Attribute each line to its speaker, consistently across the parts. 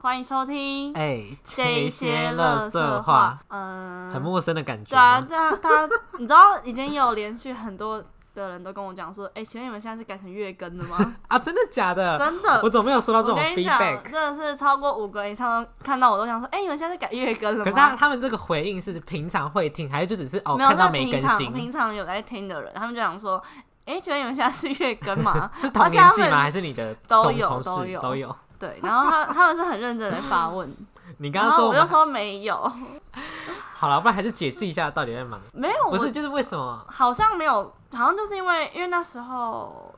Speaker 1: 欢迎收听
Speaker 2: 哎、
Speaker 1: 这些
Speaker 2: 垃
Speaker 1: 乐
Speaker 2: 圾
Speaker 1: 色
Speaker 2: 话，，
Speaker 1: 嗯，
Speaker 2: 很陌生的感觉
Speaker 1: 对啊，
Speaker 2: 吗。
Speaker 1: 对啊，他你知道已经有连续很多的人都跟我讲说，哎、请问你们现在是改成月更了 吗？
Speaker 2: 啊，真的假的？
Speaker 1: 真的
Speaker 2: 我，怎么没有收到这
Speaker 1: 我
Speaker 2: 种
Speaker 1: 跟你讲，
Speaker 2: feedback？
Speaker 1: 真的是超过五个以上都看到我都想说，哎、你们现在是改月更了
Speaker 2: 可
Speaker 1: 吗？
Speaker 2: 是他他们这个回应是平常会听，还是就只是哦
Speaker 1: 没有，
Speaker 2: 看
Speaker 1: 是
Speaker 2: 到没
Speaker 1: 平
Speaker 2: 更
Speaker 1: 常
Speaker 2: 新？？
Speaker 1: 平常有在听的人，他们就想说，哎、请问你们现在是月更吗
Speaker 2: 是
Speaker 1: 而
Speaker 2: 同
Speaker 1: 且
Speaker 2: 年
Speaker 1: 他
Speaker 2: 纪吗？还
Speaker 1: 们
Speaker 2: 是你的
Speaker 1: 都
Speaker 2: 同
Speaker 1: 有
Speaker 2: 同事
Speaker 1: 都有
Speaker 2: 都有？
Speaker 1: 对，然后他他们是很认真的发问，
Speaker 2: 你刚
Speaker 1: 然
Speaker 2: 刚说
Speaker 1: 后
Speaker 2: 我
Speaker 1: 我就
Speaker 2: 们
Speaker 1: 说没有，
Speaker 2: 好了，不然还是解释一下到底在忙。
Speaker 1: 没有，
Speaker 2: 不
Speaker 1: 我
Speaker 2: 是，就是为什么
Speaker 1: 好像没有，好像就是因为因为那时候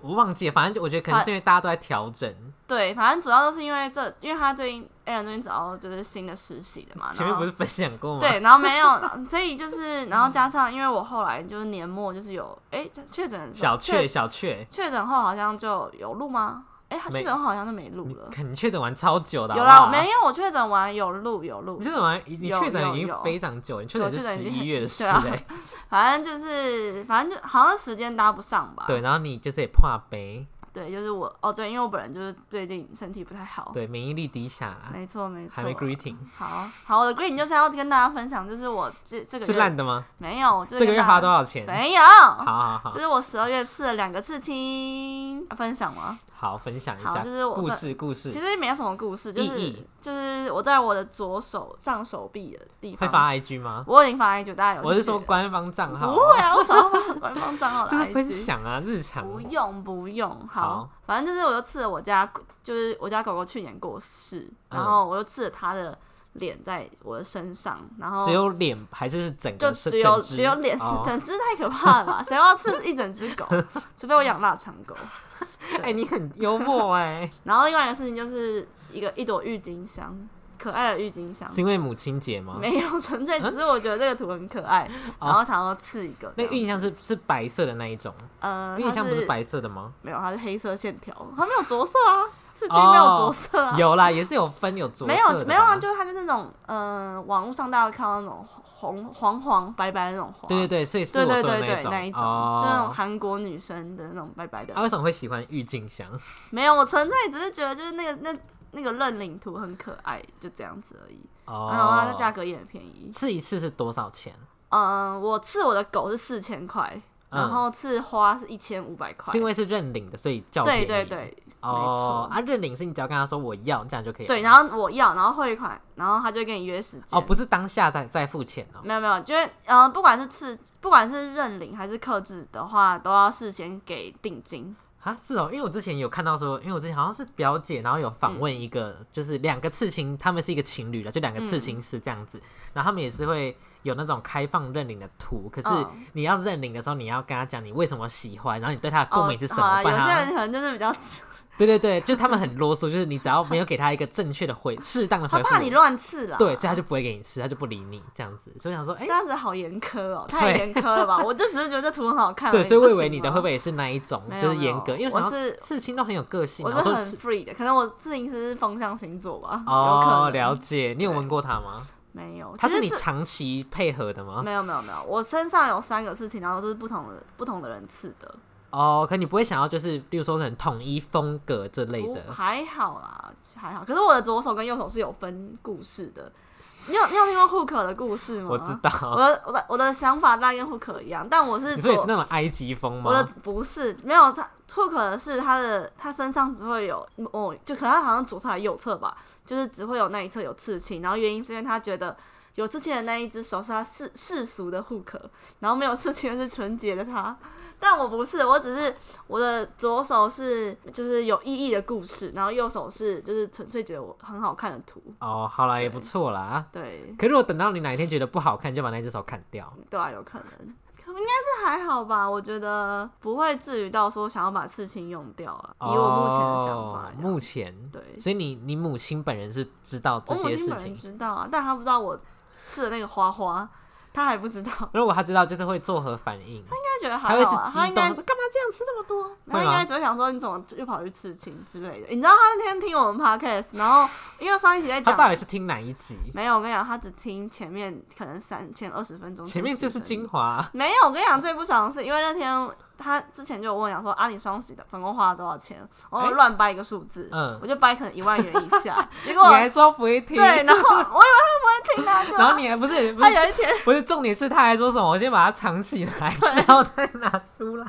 Speaker 2: 我忘记了，反正就我觉得可能是因为大家都在调整。
Speaker 1: 对，反正主要都是因为这，因为他最近 a l 最近找到就是新的实习的嘛，
Speaker 2: 前面
Speaker 1: 啊然后
Speaker 2: 不是分享过吗？
Speaker 1: 对，然后没有，所以就是然后加上，因为我后来就是年末就是有哎就确诊的时候
Speaker 2: 小确小确，
Speaker 1: 确诊后好像就有录吗？哎，他
Speaker 2: 没
Speaker 1: 确诊后好像就没录
Speaker 2: 你
Speaker 1: 了。
Speaker 2: 看你啊嗯确诊完超久的，
Speaker 1: 有
Speaker 2: 好不
Speaker 1: 啦，
Speaker 2: 好
Speaker 1: 没有，我确诊完有录有录
Speaker 2: 你，确诊完，你
Speaker 1: 有
Speaker 2: 确诊
Speaker 1: 有
Speaker 2: 已经
Speaker 1: 有
Speaker 2: 非常久，你确
Speaker 1: 对
Speaker 2: 诊
Speaker 1: 我
Speaker 2: 是
Speaker 1: 确诊已
Speaker 2: 十
Speaker 1: 经
Speaker 2: 一月的事哎
Speaker 1: 对啊
Speaker 2: 嘞。
Speaker 1: 反正就是反正就好像时间搭不上吧。
Speaker 2: 对，然后你就是也怕呗，
Speaker 1: 对，就是我哦对，因为我本人就是最近身体不太好。
Speaker 2: 对，免疫力低下啦，
Speaker 1: 哦没错没错
Speaker 2: 还。没 greeting，
Speaker 1: 好好，我的 green 就是要跟大家分享，就是我这这个
Speaker 2: 是
Speaker 1: 月
Speaker 2: 烂的吗？
Speaker 1: 没有，这
Speaker 2: 这个月花多
Speaker 1: 少
Speaker 2: 少钱？
Speaker 1: 没有，
Speaker 2: 好好好
Speaker 1: 就是我十二月刺了两个刺青，要分享吗？
Speaker 2: 好，分享一
Speaker 1: 好
Speaker 2: 下
Speaker 1: 就是我
Speaker 2: 故
Speaker 1: 分
Speaker 2: 事故
Speaker 1: 其
Speaker 2: 事，
Speaker 1: 实没有什么故事，就
Speaker 2: 意
Speaker 1: 是
Speaker 2: 义
Speaker 1: 就是我在我的左手上手臂的地
Speaker 2: 会
Speaker 1: 方，
Speaker 2: 发 IG 吗？
Speaker 1: 我已经发 IG，大家有
Speaker 2: 我是说
Speaker 1: 兴趣
Speaker 2: 官方账号
Speaker 1: 不，会啊，我想要发官方账号的
Speaker 2: 就
Speaker 1: IG
Speaker 2: 是分享啊，日常
Speaker 1: 不用不用，好，
Speaker 2: 好
Speaker 1: 反正就是我就刺了我家，就是我家狗狗去年过世，
Speaker 2: 嗯
Speaker 1: 然后我就刺了它的脸在我的身上，然后
Speaker 2: 只有脸还是是整
Speaker 1: 就
Speaker 2: 个是
Speaker 1: 只有
Speaker 2: 整只
Speaker 1: 只有脸，
Speaker 2: 哦
Speaker 1: 整只太可怕了吧？谁要吃一整只狗？除非我养腊肠狗。对
Speaker 2: 哎，你很 幽默哎，
Speaker 1: 然后另外一个事情就是一个一朵郁金香，可爱的郁金香，
Speaker 2: 是因为母亲节吗？
Speaker 1: 没有纯粹只是我觉得这个图很可爱，然后想要刺一个这
Speaker 2: 嗯哦那
Speaker 1: 样。
Speaker 2: 个印象是是白色的那一种，
Speaker 1: 呃，
Speaker 2: 印
Speaker 1: 它
Speaker 2: 象不是白色的吗？
Speaker 1: 没有，它是黑色线条，它没有着色啊，刺青没有着色啊，
Speaker 2: 哦有啦，也是有分有着
Speaker 1: 没有
Speaker 2: 色的
Speaker 1: 没有啊，
Speaker 2: 吧
Speaker 1: 就是它就是那种呃，网络上大家会看到那种红黄黄白白的那种花，
Speaker 2: 对对对，所以是
Speaker 1: 对
Speaker 2: 我
Speaker 1: 对
Speaker 2: 说的
Speaker 1: 对对，那
Speaker 2: 一
Speaker 1: 一
Speaker 2: 种
Speaker 1: 种，就那种
Speaker 2: 哦。啊
Speaker 1: 韩国女生的那种白白的
Speaker 2: 他为什么会喜欢郁金 香？
Speaker 1: 没有，我纯粹只是觉得就是那个那那个认领图很可爱，就这样子而已。
Speaker 2: 哦，
Speaker 1: 然后它的价格也很便宜。
Speaker 2: 刺一次是多少钱？
Speaker 1: 嗯，我刺我的狗是四千块，
Speaker 2: 嗯
Speaker 1: 然后刺花是一千五百块
Speaker 2: 是。因为是认领的，所以较便
Speaker 1: 对
Speaker 2: 宜
Speaker 1: 对对
Speaker 2: 哦，
Speaker 1: 没错
Speaker 2: 啊，认领是你只要跟他说我要，这样就可以了。
Speaker 1: 对，然后我要，然后汇款，然后他就跟你约时间。
Speaker 2: 哦，不是当下再再付钱哦。
Speaker 1: 没有没有，就是嗯、呃不管是刺，不管是认领还是克制的话，都要事先给定金。
Speaker 2: 啊，是哦，因为我之前有看到说，因为我之前好像是表姐，然后有访问一个，
Speaker 1: 嗯
Speaker 2: 就是两个刺青，他们是一个情侣的，就两个刺青师这样
Speaker 1: 嗯
Speaker 2: 子，然后他们也是会有那种开放认领的图，可是
Speaker 1: 嗯
Speaker 2: 你要认领的时候，你要跟他讲你为什么喜欢，然后你对他的共鸣是什
Speaker 1: 哦好
Speaker 2: 么，
Speaker 1: 啦
Speaker 2: 不然
Speaker 1: 有些
Speaker 2: 他
Speaker 1: 人可能就是比 较，
Speaker 2: 对对对，就他们很啰嗦，就是你只要没有给他一个正确的回，适当的
Speaker 1: 他
Speaker 2: 回复，
Speaker 1: 怕你啊乱刺啦。
Speaker 2: 对，所以他就不会给你吃，他就不理你这样子。所以我想说，哎、
Speaker 1: 这样子好严苛哦，太
Speaker 2: 对
Speaker 1: 严苛了吧？ 我就只是觉得这图很好看而已。
Speaker 2: 对，所以我以为
Speaker 1: 不行
Speaker 2: 你的
Speaker 1: 吗
Speaker 2: 会不会也是那一种，
Speaker 1: 没有
Speaker 2: 就是严格，
Speaker 1: 没有
Speaker 2: 因为
Speaker 1: 我
Speaker 2: 好像
Speaker 1: 是
Speaker 2: 刺青都很有个性啊。
Speaker 1: 我是
Speaker 2: 说
Speaker 1: 很
Speaker 2: 刺
Speaker 1: free 的，可能我自己是风象星座吧，有可
Speaker 2: 哦，
Speaker 1: 能
Speaker 2: 了解，你有闻过它吗？
Speaker 1: 没有，
Speaker 2: 它
Speaker 1: 其
Speaker 2: 是
Speaker 1: 实
Speaker 2: 你
Speaker 1: 这
Speaker 2: 长期配合的吗？
Speaker 1: 没有没有没有，我身上有三个事情，然后都是不同的不同的人刺的，
Speaker 2: 哦，可你不会想要就是，例如说可能统一风格这类
Speaker 1: 不
Speaker 2: 的。
Speaker 1: 还好啦，还好。可是我的左手跟右手是有分故事的，你有你有听过 h 可的故事吗？
Speaker 2: 我知
Speaker 1: 我
Speaker 2: 道，
Speaker 1: 的我的我的想法大概跟 h 可一样，但我是
Speaker 2: 你
Speaker 1: 左
Speaker 2: 说也是那种埃及风
Speaker 1: 我的
Speaker 2: 吗？
Speaker 1: 不是，没有他 t 可的是他的他身上只会有哦，就可能他好像左侧还右侧吧，就是只会有那一侧有刺青，然后原因是因为他觉得有刺青的那一只手是他世世俗的 hook，然后没有刺青的是纯洁的他。但我不是，我只是我的左手是就是有意义的故事，然后右手是就是纯粹觉得我很好看的图。
Speaker 2: 哦，好啦，也不错啦。
Speaker 1: 对，
Speaker 2: 可如果等到你哪一天觉得不好看，就把那只手砍掉。
Speaker 1: 对啊，有可能，可应该是还好吧。我觉得不会至于到说想要把刺青用掉啊。以我目前的想法
Speaker 2: 哦
Speaker 1: 来讲，
Speaker 2: 目前
Speaker 1: 对
Speaker 2: 所以你你母亲本人是知道这
Speaker 1: 我母
Speaker 2: 些
Speaker 1: 亲
Speaker 2: 事
Speaker 1: 本人
Speaker 2: 情，
Speaker 1: 知道啊，但她不知道我刺的那个花花，她还不知道。
Speaker 2: 如果他知道，就是会作何反应？
Speaker 1: 那觉得
Speaker 2: 他
Speaker 1: 还
Speaker 2: 会
Speaker 1: 好啊，
Speaker 2: 是
Speaker 1: 他
Speaker 2: 激
Speaker 1: 应
Speaker 2: 动，
Speaker 1: 该
Speaker 2: 说干嘛这样吃这么多？
Speaker 1: 他
Speaker 2: 会
Speaker 1: 应该
Speaker 2: 吗？
Speaker 1: 只会想说你怎么又跑去刺青之类的。你知道他那天听我们 podcast，然后因为上一集在
Speaker 2: 他到
Speaker 1: 讲
Speaker 2: 底是听哪一集？
Speaker 1: 没有，我跟你讲，他只听前面可能三前二十分钟，
Speaker 2: 前面就
Speaker 1: 40
Speaker 2: 是
Speaker 1: 分钟
Speaker 2: 精华啊，
Speaker 1: 没有，我跟你讲最不爽的是，因为那天他之前就有问我讲说，啊，你双十的总共花了多少钱？我
Speaker 2: 哎
Speaker 1: 乱掰一个数字，
Speaker 2: 嗯
Speaker 1: 我就掰可能一万元以下，结 果
Speaker 2: 你还说不会听，
Speaker 1: 对，然后我以为他不会听啊 他就
Speaker 2: 然后你还不是不
Speaker 1: 他
Speaker 2: 是
Speaker 1: 有一天，
Speaker 2: 不是重点是他还说什么？我先把它藏起来，之后再拿出来。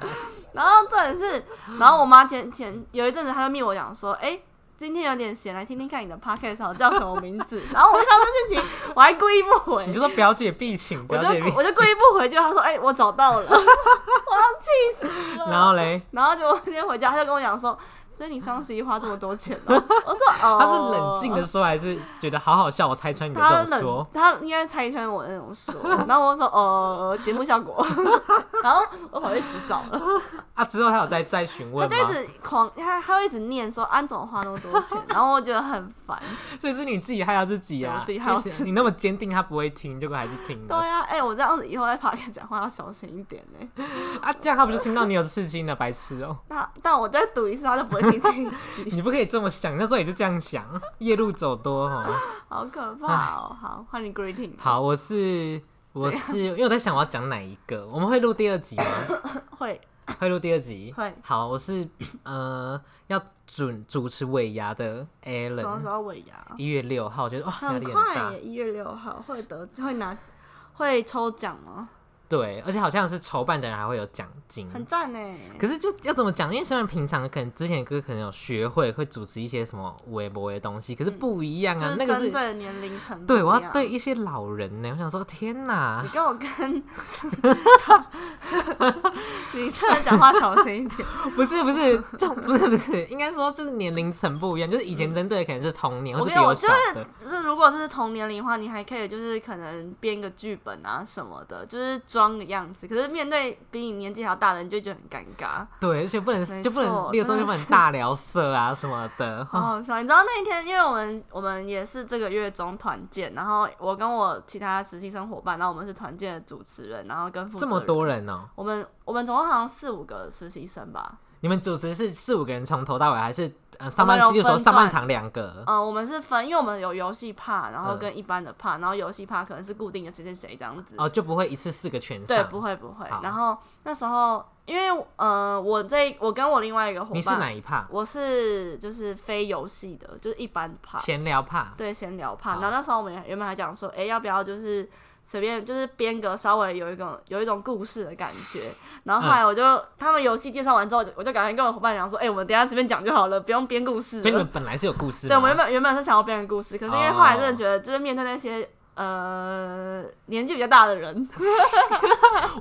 Speaker 1: 然后重点是，然后我妈前前有一阵子，她就密我讲说，哎、今天有点闲，来听听看你的 podcast 好叫什么名字？ 然后我就看到这事情，我还故意不回
Speaker 2: 你，就说表姐必请，
Speaker 1: 我
Speaker 2: 表
Speaker 1: 就
Speaker 2: 姐必
Speaker 1: 我就故意不回，就她说，哎、我找到了， 我要气死了。
Speaker 2: 然后嘞，
Speaker 1: 然后就我那天回家，他就跟我讲说，所以你双十一花这么多 钱了、我说哦，
Speaker 2: 他是冷静的，说，还是觉得好好笑？我拆穿你的
Speaker 1: 他
Speaker 2: 这种说
Speaker 1: 冷，，他应该拆穿我那种 说。然后我说哦，节目效果。然后我跑去洗澡了，
Speaker 2: 啊，之后他有再再询
Speaker 1: 他
Speaker 2: 问
Speaker 1: 就一
Speaker 2: 吗？
Speaker 1: 直狂，他他会一直念说安总花那么多钱，然后我觉得很烦。
Speaker 2: 所以是你自己害到自己
Speaker 1: 对
Speaker 2: 啊！
Speaker 1: 我自己害到自己
Speaker 2: 你那么坚定，他不会听，结果还是听
Speaker 1: 对
Speaker 2: 了
Speaker 1: 啊，哎、我这样子以后在 p o 讲话要小心一点呢、
Speaker 2: 啊！这样他不就听到你有刺青了，白 痴哦！
Speaker 1: 那但我再赌一次，他就不会听这一 集，
Speaker 2: 你不可以这么想，那时候也是这样想，夜路走多哦。
Speaker 1: 好可怕哦。好，换你 greeting。，
Speaker 2: 好，我是我是，
Speaker 1: 啊
Speaker 2: 因为我在想我要讲哪一个，我们会录第二集吗？
Speaker 1: 会
Speaker 2: 会录第二集。
Speaker 1: 会
Speaker 2: 好，我是呃要主主持尾牙的
Speaker 1: 什么
Speaker 2: Alan，
Speaker 1: 时候尾牙？
Speaker 2: 一月六号，我觉得哇压
Speaker 1: 很
Speaker 2: 力很
Speaker 1: 快
Speaker 2: 大
Speaker 1: 耶，。一月六号会得会拿会抽奖吗？
Speaker 2: 对，而且好像是筹办的人还会有奖金。
Speaker 1: 很赞呢。
Speaker 2: 可是就要怎么讲？因为虽然平常可能之前哥可能有学会会主持一些什么微博的东西，可是不一样
Speaker 1: 就
Speaker 2: 啊，
Speaker 1: 是
Speaker 2: 那个
Speaker 1: 针
Speaker 2: 是
Speaker 1: 对年龄层不一
Speaker 2: 对
Speaker 1: 样，
Speaker 2: 我要对一些老人呢，我想说天哪
Speaker 1: 你，跟我跟，你这样讲话小心一点。
Speaker 2: 不是不是，这种不是不是，应该说就是年龄层不一样，就是以前针对的可能是童年
Speaker 1: 我
Speaker 2: 或者
Speaker 1: 跟
Speaker 2: 比
Speaker 1: 你
Speaker 2: 我
Speaker 1: 我
Speaker 2: 小
Speaker 1: 就是
Speaker 2: 的，
Speaker 1: 就是如果是同年龄的话，你还可以就是可能编个剧本啊什么的，就是装个样子。可是面对比你年纪还要大的人，你就觉得很尴尬。
Speaker 2: 对，而且不能
Speaker 1: 没
Speaker 2: 就不能，
Speaker 1: 错
Speaker 2: 例如说就
Speaker 1: 真
Speaker 2: 不
Speaker 1: 的
Speaker 2: 能
Speaker 1: 是
Speaker 2: 大聊色啊什么的，
Speaker 1: 好好哦笑！你知道那一天，因为我们我们也是这个月中团建，然后我跟我其他实习生伙伴，然后我们是团建的主持人，然后跟负责
Speaker 2: 这么
Speaker 1: 人，
Speaker 2: 多人哦、
Speaker 1: 我们我们总共好像四五个实习生吧。
Speaker 2: 你们主持是四五个人从头到尾，还是呃上半
Speaker 1: 我们有
Speaker 2: 就说
Speaker 1: 分
Speaker 2: 上半
Speaker 1: 段
Speaker 2: 场两个？
Speaker 1: 嗯、我们是分，因为我们有游戏趴，然后
Speaker 2: 嗯
Speaker 1: 跟一般的趴，然后游戏趴可能是固定的谁谁谁这样子。
Speaker 2: 哦，就不会一次四个全上。
Speaker 1: 对，不会不会
Speaker 2: 好。
Speaker 1: 然后那时候，因为呃，我这我跟我另外一个伙伴，
Speaker 2: 你是哪一趴？
Speaker 1: 我是就是非游戏的，就是一般趴。
Speaker 2: 闲聊趴。
Speaker 1: 对，闲聊怕。
Speaker 2: 好
Speaker 1: 然后那时候我们也原本还讲说，哎、要不要就是随便就是编个稍微有一种有一种故事的感觉。然
Speaker 2: 嗯
Speaker 1: 后后来我就、他们游戏介绍完之后，我就赶快跟我伙伴讲说，哎、我们等一下随便讲就好了，不用编故事
Speaker 2: 所以你
Speaker 1: 了
Speaker 2: 们。本来是有故事
Speaker 1: 对，
Speaker 2: 的
Speaker 1: 我们
Speaker 2: 吗。哦
Speaker 1: 原本原本是想要编个故事，可是因为后来真的觉得，就是面对那些。呃，年纪比较大的人，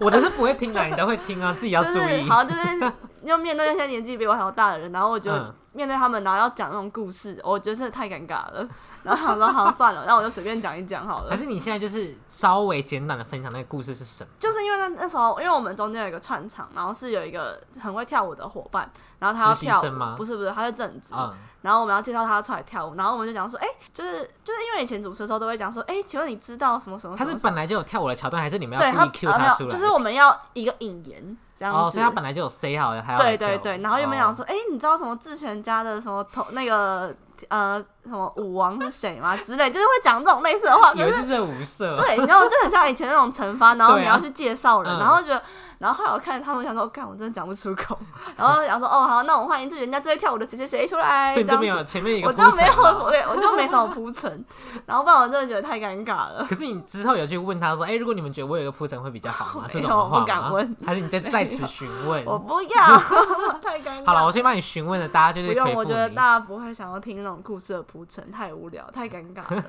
Speaker 2: 我的是不会听的，你的会听 啊，自己要
Speaker 1: 就
Speaker 2: 注
Speaker 1: 是
Speaker 2: 意。
Speaker 1: 好，就是 要面对那些年纪比我还要大的人，然后我就
Speaker 2: 嗯
Speaker 1: 面对他们，然后要讲那种故事，我觉得真的太尴尬了。 然后想说，好算了，那我就随便讲一讲好了
Speaker 2: 还。是你现在就是稍微简短的分享那个故事是什么？
Speaker 1: 就是因为那那时候，因为我们中间有一个串场，然后是有一个很会跳舞的伙伴，然后他要
Speaker 2: 实习
Speaker 1: 跳
Speaker 2: 生吗
Speaker 1: 舞，不是不是，他是正职，
Speaker 2: 嗯，
Speaker 1: 然后我们要介绍他出来跳舞，然后我们就讲说，哎、就是就是因为以前主持的时候都会讲说，哎、请问你知道什么什么
Speaker 2: 他
Speaker 1: 什
Speaker 2: 是
Speaker 1: 么？
Speaker 2: 本来就有跳舞的桥段，还是你们
Speaker 1: 对
Speaker 2: 要
Speaker 1: 他
Speaker 2: 故意 cue
Speaker 1: 啊没
Speaker 2: 他出
Speaker 1: 有，
Speaker 2: 来？
Speaker 1: 就是我们要一个引言这样子。
Speaker 2: 哦，所以他本来就有 say 好了，还要
Speaker 1: 对
Speaker 2: 来跳
Speaker 1: 对
Speaker 2: 舞
Speaker 1: 对，然后原本想
Speaker 2: 哦
Speaker 1: 说，哎、你知道什么志全家的什么头那个呃什么舞王是谁吗？之类，就是会讲这种类似的话，
Speaker 2: 以
Speaker 1: 可
Speaker 2: 为
Speaker 1: 是
Speaker 2: 是热舞社，
Speaker 1: 对，然后就很像以前那种惩罚，然后
Speaker 2: 对啊
Speaker 1: 你要去介绍人，
Speaker 2: 嗯
Speaker 1: 然后觉得，然后后来我看他们想说，看我真的讲不出口，然后想说，哦好，那我欢迎这人家最会跳舞的谁谁谁出来，
Speaker 2: 所以
Speaker 1: 这
Speaker 2: 你就没
Speaker 1: 样
Speaker 2: 有
Speaker 1: 子，
Speaker 2: 前面一个
Speaker 1: 我
Speaker 2: 铺
Speaker 1: 就
Speaker 2: 陈
Speaker 1: 没有，
Speaker 2: 嘛。
Speaker 1: 对，我就没什么铺陈，然后不然我真的觉得太尴尬了。
Speaker 2: 可是你之后有去问他说，哎，如果你们觉得我有一个铺陈会比较 好吗？这
Speaker 1: 没有
Speaker 2: 种的话
Speaker 1: 不敢
Speaker 2: 吗
Speaker 1: 问
Speaker 2: 还是你再再次询 问？
Speaker 1: 我不要， 太尴尬。
Speaker 2: 好了，我先帮你询问了，大家就
Speaker 1: 不
Speaker 2: 是
Speaker 1: 用
Speaker 2: 回，复
Speaker 1: 我觉得
Speaker 2: 你
Speaker 1: 大家不会想要听那种故事的铺陈，太无聊，太尴尬了。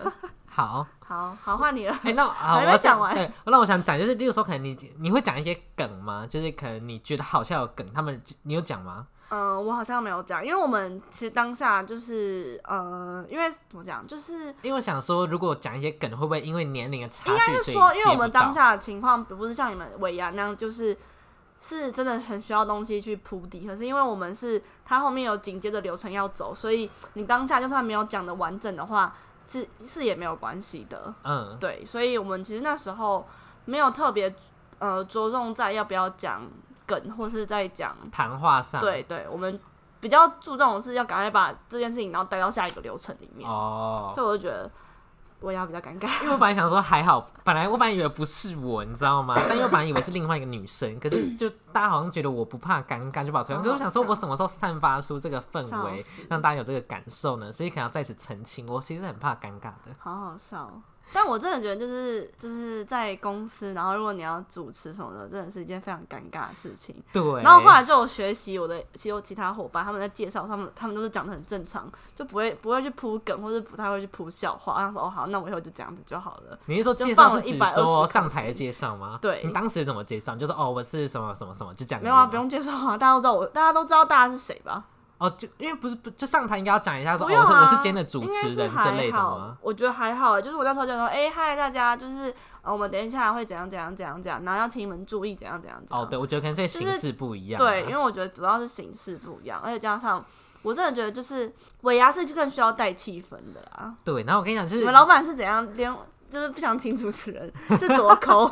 Speaker 2: 好，
Speaker 1: 好好换你了，
Speaker 2: 哎、那啊，
Speaker 1: 还
Speaker 2: 我
Speaker 1: 没
Speaker 2: 要
Speaker 1: 讲完
Speaker 2: 对，那我想讲就是，例如说，可能你你会讲一些梗吗？就是可能你觉得好笑的梗，他们你有讲吗？
Speaker 1: 嗯，我好像没有讲，因为我们其实当下就是，呃，因为怎么讲，就是
Speaker 2: 因为我想说，如果讲一些梗，会不会因为年龄的差
Speaker 1: 应该
Speaker 2: 距，
Speaker 1: 是
Speaker 2: 所以
Speaker 1: 说，因
Speaker 2: 接
Speaker 1: 为
Speaker 2: 不
Speaker 1: 我们
Speaker 2: 到
Speaker 1: 当下的情况不是像你们尾牙那样，就是是真的很需要东西去铺底。可是因为我们是它后面有紧接着流程要走，所以你当下就算没有讲的完整的话，是是也没有关系的。
Speaker 2: 嗯，
Speaker 1: 对，所以我们其实那时候没有特别呃着重在要不要讲梗，或是在讲
Speaker 2: 谈话上，
Speaker 1: 对对，我们比较注重的是要赶快把这件事情，然后带到下一个流程里面。
Speaker 2: 哦，
Speaker 1: 所以我就觉得我要比较尴尬。
Speaker 2: 因为我本来想说还好，本来我本来以为不是我，你知道吗？但因为我本来以为是另外一个女生，可 是就大家好像觉得我不怕尴尬，就把我推开。
Speaker 1: 哦好好
Speaker 2: 可是我想说，我什么时候散发出这个氛
Speaker 1: 笑
Speaker 2: 围
Speaker 1: 死，
Speaker 2: 让大家有这个感受呢？所以可能要在此澄清，我其实很怕尴尬的。
Speaker 1: 好好笑哦。但我真的觉得，就是就是在公司，然后如果你要主持什么的，真的是一件非常尴尬的事情。
Speaker 2: 对，
Speaker 1: 然后后来就有学习我的，其实其他伙伴他们在介绍，他们他们都是讲的很正常，就不会不会去铺梗，或者不太会去铺笑话。然后说哦好，那我以后就这样子就好了。
Speaker 2: 你是说
Speaker 1: 就
Speaker 2: 介
Speaker 1: 放
Speaker 2: 绍
Speaker 1: 了
Speaker 2: 是指
Speaker 1: 120
Speaker 2: 说
Speaker 1: 口
Speaker 2: 上台的
Speaker 1: 水
Speaker 2: 介绍吗？
Speaker 1: 对
Speaker 2: 你当时怎么介绍？你就说哦，我是什么什么什么，就这样。
Speaker 1: 没有啊，不。用介绍啊，大家都知道我，大家都知道大家是谁吧？
Speaker 2: 哦，就因为不是不就上台应该要讲一下说，
Speaker 1: 不
Speaker 2: 哦，
Speaker 1: 用
Speaker 2: 我是
Speaker 1: 啊，
Speaker 2: 我是今天的主
Speaker 1: 应该
Speaker 2: 持
Speaker 1: 是
Speaker 2: 人
Speaker 1: 还
Speaker 2: 这类的
Speaker 1: 好
Speaker 2: 吗？？
Speaker 1: 我觉得还好欸，就是我那时候就说，哎、嗨大家，就是呃我们等一下会怎样怎样怎样怎样，然后要请你们注意怎样怎样怎样。
Speaker 2: 哦，对，我觉得可能是因为形
Speaker 1: 就是
Speaker 2: 式不一样啊。
Speaker 1: 对，因为我觉得主要是形式不一样，而且加上我真的觉得就是尾牙是更需要带气氛的啦。
Speaker 2: 对，然后我跟你讲，就
Speaker 1: 你
Speaker 2: 是
Speaker 1: 们老板是怎样连就是不想请主持 人是多抠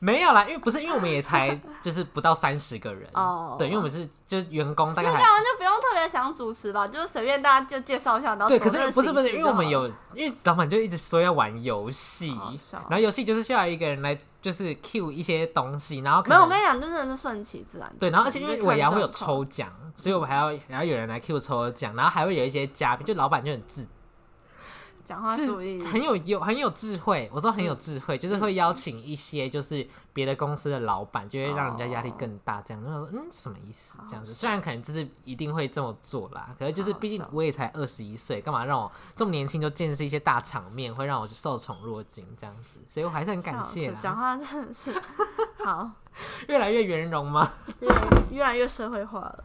Speaker 2: 没有啦，因为不是因为我们 也才就是不到三十个人
Speaker 1: 哦
Speaker 2: 对，因为我们是就是员工大概
Speaker 1: 那这样
Speaker 2: 还
Speaker 1: 就不用特别想主持吧，就是随便大家就介绍一下，然后
Speaker 2: 对，
Speaker 1: 走
Speaker 2: 可
Speaker 1: 这
Speaker 2: 是
Speaker 1: 个
Speaker 2: 不是
Speaker 1: 形
Speaker 2: 不是，
Speaker 1: 式
Speaker 2: 因为
Speaker 1: 就
Speaker 2: 我们
Speaker 1: 好
Speaker 2: 有因为老板就一直说要玩游戏，
Speaker 1: 好笑
Speaker 2: 然后游戏就是需要一个人来就是 cue 一些东西，然后可
Speaker 1: 没有，我跟
Speaker 2: 能
Speaker 1: 你讲，就真的是顺其自然。
Speaker 2: 对，然后而且因为
Speaker 1: 就是
Speaker 2: 尾牙
Speaker 1: 看
Speaker 2: 会有
Speaker 1: 状况嗯
Speaker 2: 抽奖，所以我们还要还要有人来 cue 抽奖，然后还会有一些嘉宾，就老板就很自
Speaker 1: 讲话
Speaker 2: 智
Speaker 1: 注意，嗯
Speaker 2: 很有有很有智慧。我说很有智慧，就是会邀请一些就是别的公司的老板，就会让人家压力更大。这样，然后我说嗯，什么意
Speaker 1: 哦
Speaker 2: 思
Speaker 1: 好？好
Speaker 2: 这样子，虽然可能就是一定会这么做啦，可是就是
Speaker 1: 好好
Speaker 2: 毕竟
Speaker 1: 笑
Speaker 2: 我也才二十一岁，干嘛让我这么年轻就见识一些大场面，会让我受宠若惊这样子？所以我还是很感
Speaker 1: 笑
Speaker 2: 谢
Speaker 1: 死讲
Speaker 2: 啦。
Speaker 1: 话真的 是好，
Speaker 2: 越来越圆融吗？
Speaker 1: 越来越越来越社会化了。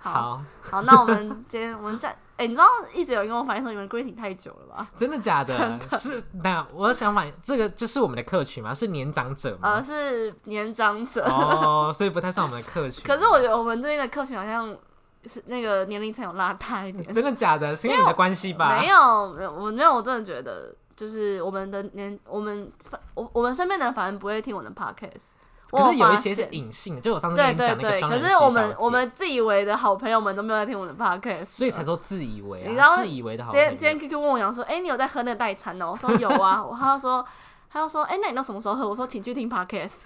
Speaker 1: 好
Speaker 2: 好，
Speaker 1: 好，那我们今天我们站，哎、你知道一直有人跟我反映说你们 greeting 太久了吧？
Speaker 2: 真的 假的？是那我想买这个，就是我们的客群嘛，是年长者
Speaker 1: 呃，
Speaker 2: 嘛。
Speaker 1: 是年长者，
Speaker 2: 哦，所以不太算我们的客群。
Speaker 1: 呃 可是我觉得我们最近的客群好像是那个年龄层有拉大一点。
Speaker 2: 真的假的？是因为你的关系吧？
Speaker 1: 没有，没有，我没有，我真的觉得就是我们的年，我们我我们身边的人反正不会听我的 podcast。
Speaker 2: 可
Speaker 1: 我
Speaker 2: 是有一
Speaker 1: 发
Speaker 2: 些是
Speaker 1: 现
Speaker 2: 隐性的，就我上次跟
Speaker 1: 对
Speaker 2: 你
Speaker 1: 对
Speaker 2: 讲那个
Speaker 1: 对，
Speaker 2: 双
Speaker 1: 可
Speaker 2: 人
Speaker 1: 是
Speaker 2: 戏
Speaker 1: 我
Speaker 2: 小
Speaker 1: 们
Speaker 2: 姐
Speaker 1: 我们自以为的好朋友们都没有在听我的 podcast，
Speaker 2: 所以才说自以为、啊，
Speaker 1: 你知道
Speaker 2: 自以为的好
Speaker 1: 今
Speaker 2: 朋友。
Speaker 1: 天今天 QQ 问我讲说，哎、你有在喝那个代餐哦？我说有啊，我他就说。他就说：“哎、那你都什么时候喝？”我说：“请去听 podcast。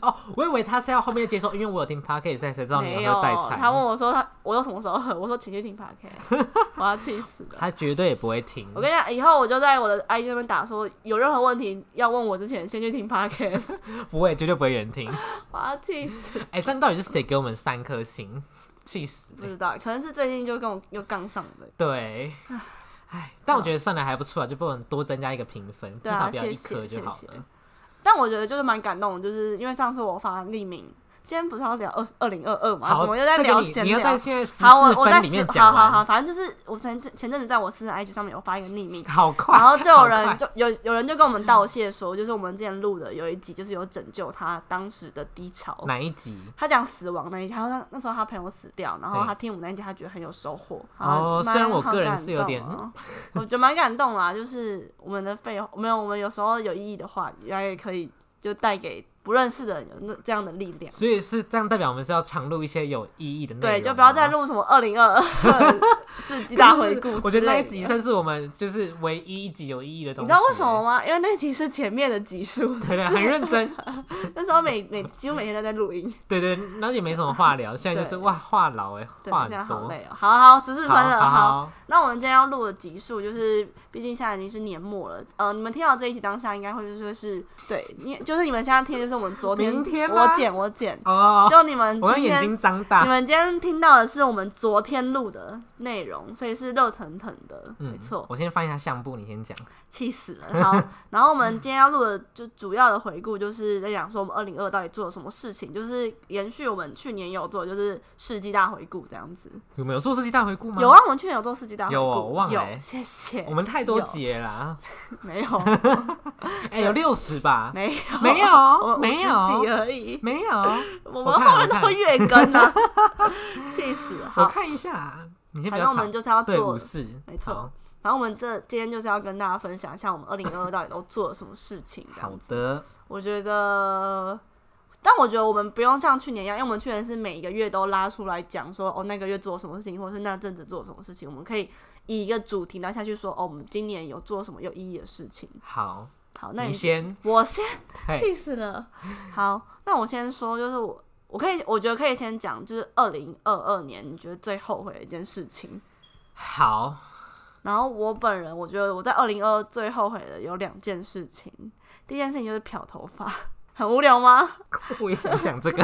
Speaker 2: 哦，我以为他是要后面接受，因为我有听 p o d c a s t 所以才”知道你
Speaker 1: 没
Speaker 2: 有
Speaker 1: 有
Speaker 2: 喝代，餐。
Speaker 1: 他问我说：“他我有什么时候喝？”我说：“请去听 podcast。” 我要气死了！
Speaker 2: 他绝对也不会听。
Speaker 1: 我跟你讲，以后我就在我的 IG 上面打说，有任何问题要问我之前，先去听 podcast。
Speaker 2: 不会，绝对不会有人听。
Speaker 1: 我要气死！
Speaker 2: 哎、但到底是谁给我们三颗星？气死！
Speaker 1: 不知道，可能是最近就跟我又杠上的。
Speaker 2: 对，哎，但我觉得算的还不错啊，就不能多增加一个评分，至
Speaker 1: 对啊
Speaker 2: 少不要
Speaker 1: 谢
Speaker 2: 一
Speaker 1: 谢
Speaker 2: 颗就
Speaker 1: 谢
Speaker 2: 好
Speaker 1: 谢
Speaker 2: 了。
Speaker 1: 但我觉得就是蛮感动的，就是因为上次我发匿名，今天不是要聊二二零二二嘛，
Speaker 2: 好，
Speaker 1: 怎么又在
Speaker 2: 这个
Speaker 1: 聊
Speaker 2: 你
Speaker 1: 闲
Speaker 2: 你要
Speaker 1: 聊
Speaker 2: 在？现在十
Speaker 1: 好，我
Speaker 2: 四
Speaker 1: 我在
Speaker 2: 分里
Speaker 1: 十
Speaker 2: 面
Speaker 1: 好
Speaker 2: 讲
Speaker 1: 好
Speaker 2: 完，
Speaker 1: 好，反正就是我前前阵子在我私人 IG 上面有发一个匿名，
Speaker 2: 好 快，
Speaker 1: 然后就有
Speaker 2: 好
Speaker 1: 人
Speaker 2: 快
Speaker 1: 就有有人就跟我们道谢说，就是我们之前录的有一集就是有拯救他当时的低潮。
Speaker 2: 哪一集？
Speaker 1: 他讲死亡那一集，他说那时候他朋友死掉，然后
Speaker 2: 对
Speaker 1: 他听我们那一集，他觉得很有收获。
Speaker 2: 哦
Speaker 1: 好蛮
Speaker 2: 虽然我
Speaker 1: 好
Speaker 2: 个人
Speaker 1: 感
Speaker 2: 是有点
Speaker 1: 动哦我觉得蛮感动啦。就是我们的废话，没有我们有时候有意义的话，原来也可以就带给不认识的人有那这样的力量。
Speaker 2: 所以是这样代表我们是要常录一些有意义的内容吗，
Speaker 1: 对，就不要再录什么二零二 二世纪大回顾
Speaker 2: 我
Speaker 1: 之
Speaker 2: 觉得那
Speaker 1: 类
Speaker 2: 一
Speaker 1: 的
Speaker 2: 集算是我们就是唯一一集有意义的东
Speaker 1: 你知
Speaker 2: 西。
Speaker 1: 道为什么？吗？因为那集是前面的集数，
Speaker 2: 对对，很认真。
Speaker 1: 那时候每 每几乎每天都在录音。
Speaker 2: 对对，然后也没什么话聊，现在就是
Speaker 1: 对
Speaker 2: 哇话痨哎，
Speaker 1: 对，
Speaker 2: 话
Speaker 1: 现在
Speaker 2: 很
Speaker 1: 好
Speaker 2: 多。
Speaker 1: 累哦。好好，十四分了，
Speaker 2: 好
Speaker 1: 好
Speaker 2: 好，
Speaker 1: 那我们今天要录的集数，就是毕竟现在已经是年末了，呃，你们听到这一集当下，应该会就是是，对，你就是你们现在听，的就是我们昨天
Speaker 2: 明天吗
Speaker 1: 我剪我剪，
Speaker 2: 哦，
Speaker 1: 就你们
Speaker 2: 我要
Speaker 1: 今
Speaker 2: 眼
Speaker 1: 天
Speaker 2: 睛啊张
Speaker 1: 你
Speaker 2: 大。
Speaker 1: 们今天听到的是我们昨天录的内容，所以是热腾腾的，
Speaker 2: 嗯
Speaker 1: 没错，
Speaker 2: 我先翻一下相簿，你先讲。
Speaker 1: 气死了。好，然后我们今天要录的就主要的回顾，就是在讲说我们二零二到底做了什么事情，就是延续我们去年有做，就是世纪大回顾这样子。
Speaker 2: 有没有做世纪大回顾吗？
Speaker 1: 有啊，我们去年有做世纪大回顾，
Speaker 2: 有哦我忘了欸
Speaker 1: 有，谢谢。
Speaker 2: 我们太多节啦。
Speaker 1: 没 有，
Speaker 2: 哎，有六十吧？
Speaker 1: 没有，
Speaker 2: 没
Speaker 1: 我
Speaker 2: 有，
Speaker 1: 我
Speaker 2: 没
Speaker 1: 十几
Speaker 2: 有，
Speaker 1: 而已。
Speaker 2: 没有。
Speaker 1: 我
Speaker 2: 我
Speaker 1: 们
Speaker 2: 看
Speaker 1: 后面
Speaker 2: 我
Speaker 1: 都
Speaker 2: 看
Speaker 1: 月更 了，气死了！
Speaker 2: 我
Speaker 1: 好，
Speaker 2: 看一下，啊你先不
Speaker 1: 反
Speaker 2: 要
Speaker 1: 正我
Speaker 2: 吵。
Speaker 1: 们就是要
Speaker 2: 对
Speaker 1: 做
Speaker 2: 五，四，
Speaker 1: 没错
Speaker 2: 好。
Speaker 1: 反正我们这今天就是要跟大家分享一下我们二零二二到底都做了什么事情。这
Speaker 2: 好
Speaker 1: 样子，
Speaker 2: 的，
Speaker 1: 我觉得但我觉得我们不用像去年一样，因为我们去年是每一个月都拉出来讲说，哦，那个月做什么事情，或者是那阵子做什么事情，我们可以以一个主题拿下去说，哦，我们今年有做什么有意义的事情。
Speaker 2: 好，
Speaker 1: 好，那
Speaker 2: 你先，哎
Speaker 1: 我先
Speaker 2: 对，
Speaker 1: 气死了。好，那我先说，就是我我可以，我觉得可以先讲，就是二零二二年你觉得最后悔的一件事情。
Speaker 2: 好，
Speaker 1: 然后我本人，我觉得我在二零二最后悔的有两件事情。第一件事情就是漂头发，很无聊吗？
Speaker 2: 我也想讲 这个，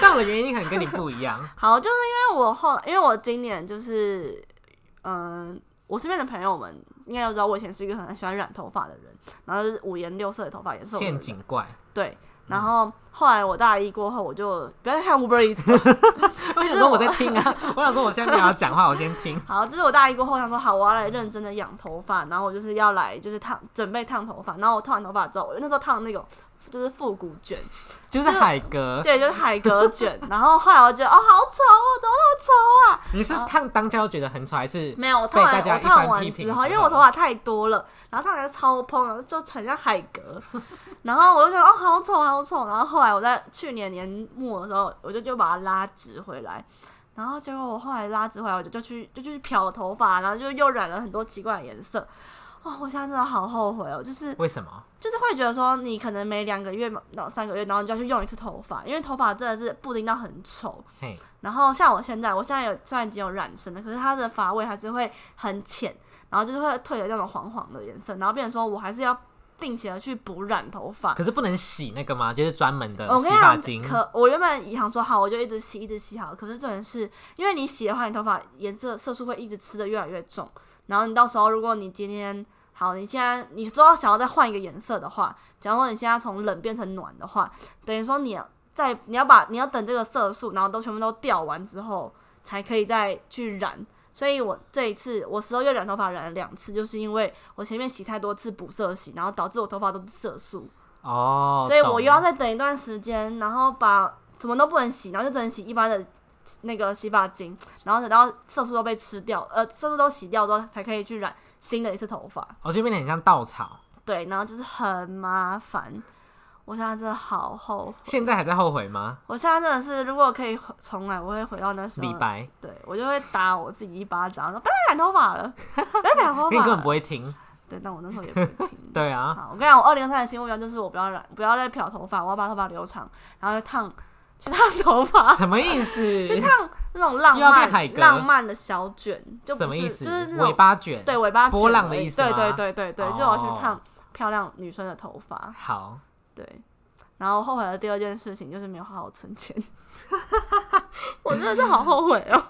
Speaker 2: 但我的原因可能跟你不一样。
Speaker 1: 好，就是因为我后，因为我今年就是，嗯、我身边的朋友们应该都知道，我以前是一个很喜欢染头发的人，然后就是五颜六色的头发也 是我的
Speaker 2: 陷
Speaker 1: 人
Speaker 2: 阱怪，
Speaker 1: 对。然后后来我大一过后，我就不要再看 Uber Eats 了。
Speaker 2: 我想说我在听啊，我想说我现在跟他讲话，我先 听。
Speaker 1: 好，就是我大一过后想说，好，我要来认真的养头发，然后我就是要来就是烫，准备烫头发。然后我烫完头发之后，我那时候烫那种就是复古卷，
Speaker 2: 就是海格，
Speaker 1: 对，就是海格卷。 然后后来我觉得哦，好丑哦，怎么那么丑啊？
Speaker 2: 你是烫当家觉得很丑，还是
Speaker 1: 没有，我烫完
Speaker 2: 被
Speaker 1: 我
Speaker 2: 大家一般
Speaker 1: 烫
Speaker 2: 批
Speaker 1: 完
Speaker 2: 评
Speaker 1: 之后，
Speaker 2: 之
Speaker 1: 因为我
Speaker 2: 后
Speaker 1: 头发太多了，然后烫的超蓬，然后就很像海格， 然后我就觉得哦好丑好丑，然后后来我在去年年末的时候，我就就把它拉直回来，然后结果我后来拉直回来，我就就去就去漂头发，然后就又染了很多奇怪的颜色。哦，我现在真的好后悔哦，就是
Speaker 2: 为什么？
Speaker 1: 就是会觉得说，你可能每两个月嘛，到三个月，然后你就要去用一次头发，因为头发真的是布丁到很丑，
Speaker 2: 嘿，
Speaker 1: 然后像我现在，我现在有虽然已经有染深了，可是它的发尾还是会很浅，然后就是会退了那种黄黄的颜色，然后变成说我还是要定期的去补染头发。
Speaker 2: 可是不能洗那个吗？就是专门的
Speaker 1: 我
Speaker 2: 洗
Speaker 1: 跟你
Speaker 2: 发
Speaker 1: 讲
Speaker 2: 精，，
Speaker 1: 可我原本想说好，我就一直洗，一直洗好了。可是重点是，因为你洗的话，你头发颜色色素会一直吃的越来越重。然后你到时候，如果你今天好，你现在你之后想要再换一个颜色的话，假如说你现在从冷变成暖的话，等于说你在你要把你要等这个色素，然后都全部都掉完之后，才可以再去染。所以我这一次我十二月染头发染了两次，就是因为我前面洗太多次补色洗，然后导致我头发都是色素。
Speaker 2: 哦，
Speaker 1: 所以我
Speaker 2: 懂
Speaker 1: 又要再等一段时间，然后把什么都不能洗，然后就只能洗一般的那个洗发精，然后等到色素都被吃掉，呃，色素都洗掉之后，才可以去染新的一次头发。
Speaker 2: 哦我就变得很像稻草。
Speaker 1: 对，然后就是很麻烦。我现在真的好后悔，
Speaker 2: 现在还在后悔吗？
Speaker 1: 我现在真的是，如果可以回重来，我会回到那时候
Speaker 2: 李，白，
Speaker 1: 对我就会打我自己一巴掌，说不要再染头发了，不要再染头
Speaker 2: 因为你
Speaker 1: 发
Speaker 2: 根本不
Speaker 1: 了。
Speaker 2: 会听。
Speaker 1: 对，但我那时候也不会听。
Speaker 2: 对啊，
Speaker 1: 好，我跟你讲，我二零二三的新目标就是我不要染，不要再漂头发，我要把头发留长，然后去烫，去烫头发，
Speaker 2: 什么意思？
Speaker 1: 去烫那种浪
Speaker 2: 又要变海
Speaker 1: 漫
Speaker 2: 格
Speaker 1: 浪漫的小卷，就不
Speaker 2: 什么意
Speaker 1: 是
Speaker 2: 思？
Speaker 1: 就是那
Speaker 2: 尾
Speaker 1: 种
Speaker 2: 巴卷。
Speaker 1: 对尾巴卷
Speaker 2: 波浪的
Speaker 1: 而已
Speaker 2: 意思
Speaker 1: 对
Speaker 2: 吗
Speaker 1: 对对对对，就我要去
Speaker 2: 哦
Speaker 1: 烫漂亮女生的头发，
Speaker 2: 好，
Speaker 1: 对。然后后悔的第二件事情就是没有好好存钱， 我真的是好后悔哦，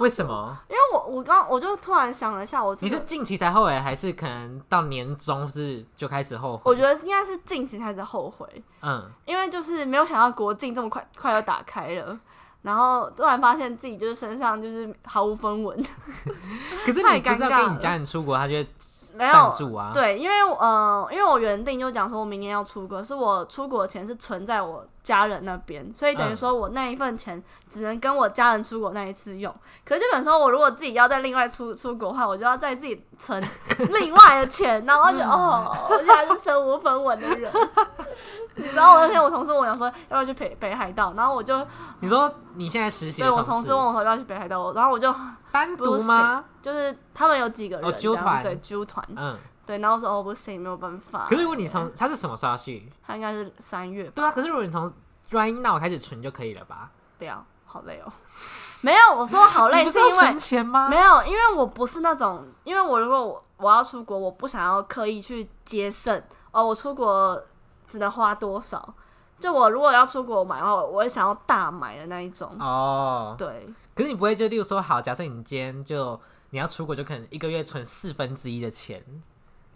Speaker 2: 为什么？
Speaker 1: 因为我我刚我就突然想了一下，我其
Speaker 2: 你是
Speaker 1: 实
Speaker 2: 近期才后悔，还是可能到年终是就开始后悔？
Speaker 1: 我觉得应该是近期开始后悔，
Speaker 2: 嗯，
Speaker 1: 因为就是没有想到国境这么快快要打开了，然后突然发现自己就是身上就是毫无风纹，
Speaker 2: 可是
Speaker 1: 太
Speaker 2: 你不是
Speaker 1: 尴
Speaker 2: 要
Speaker 1: 尬
Speaker 2: 跟你
Speaker 1: 了
Speaker 2: 家人出国，他就会
Speaker 1: 没
Speaker 2: 赞
Speaker 1: 有。
Speaker 2: 助啊？，
Speaker 1: 对，因为呃，因为我原定就讲说，我明年要出国，是我出国钱是存在我家人那边，所以等于
Speaker 2: 嗯
Speaker 1: 说我那一份钱只能跟我家人出国那一次用。可是就等于说，我如果自己要再另外出出国的话，我就要再自己 存另外的钱，然后就哦，我现在是身无分文的人。 你知道我那天我同事问我讲说，要不要去北北海道，然后我就
Speaker 2: 你说你现在实习
Speaker 1: 对
Speaker 2: 的
Speaker 1: 我
Speaker 2: 同
Speaker 1: 同
Speaker 2: 事
Speaker 1: 事问我说要不要去北海道，然后我就
Speaker 2: 单
Speaker 1: 不
Speaker 2: 独
Speaker 1: 行
Speaker 2: 吗？
Speaker 1: 就是他们有几个
Speaker 2: 哦
Speaker 1: 人这
Speaker 2: 揪
Speaker 1: 样、
Speaker 2: 团
Speaker 1: 对揪团
Speaker 2: 嗯，
Speaker 1: 对，然后说哦不行，没有办法。
Speaker 2: 可是如果你从他是什么时候要去？
Speaker 1: 他应该是三月吧，
Speaker 2: 对啊，可是如果你从 right now 开始存就可以了吧？
Speaker 1: 不要，好累哦。 没有，我说好累
Speaker 2: 你不
Speaker 1: 是
Speaker 2: 是要
Speaker 1: 因为
Speaker 2: 存钱吗
Speaker 1: 没？有，因为我不是那种，因为我如果我我要出国，我不想要刻意去节省哦，我出国只能花多少。就我如果要出国买的话，我会想要大买的那一种。
Speaker 2: 哦，
Speaker 1: 对，
Speaker 2: 可是你不会就例如说，好，假设你今天就你要出国，就可能一个月存四分之一的钱，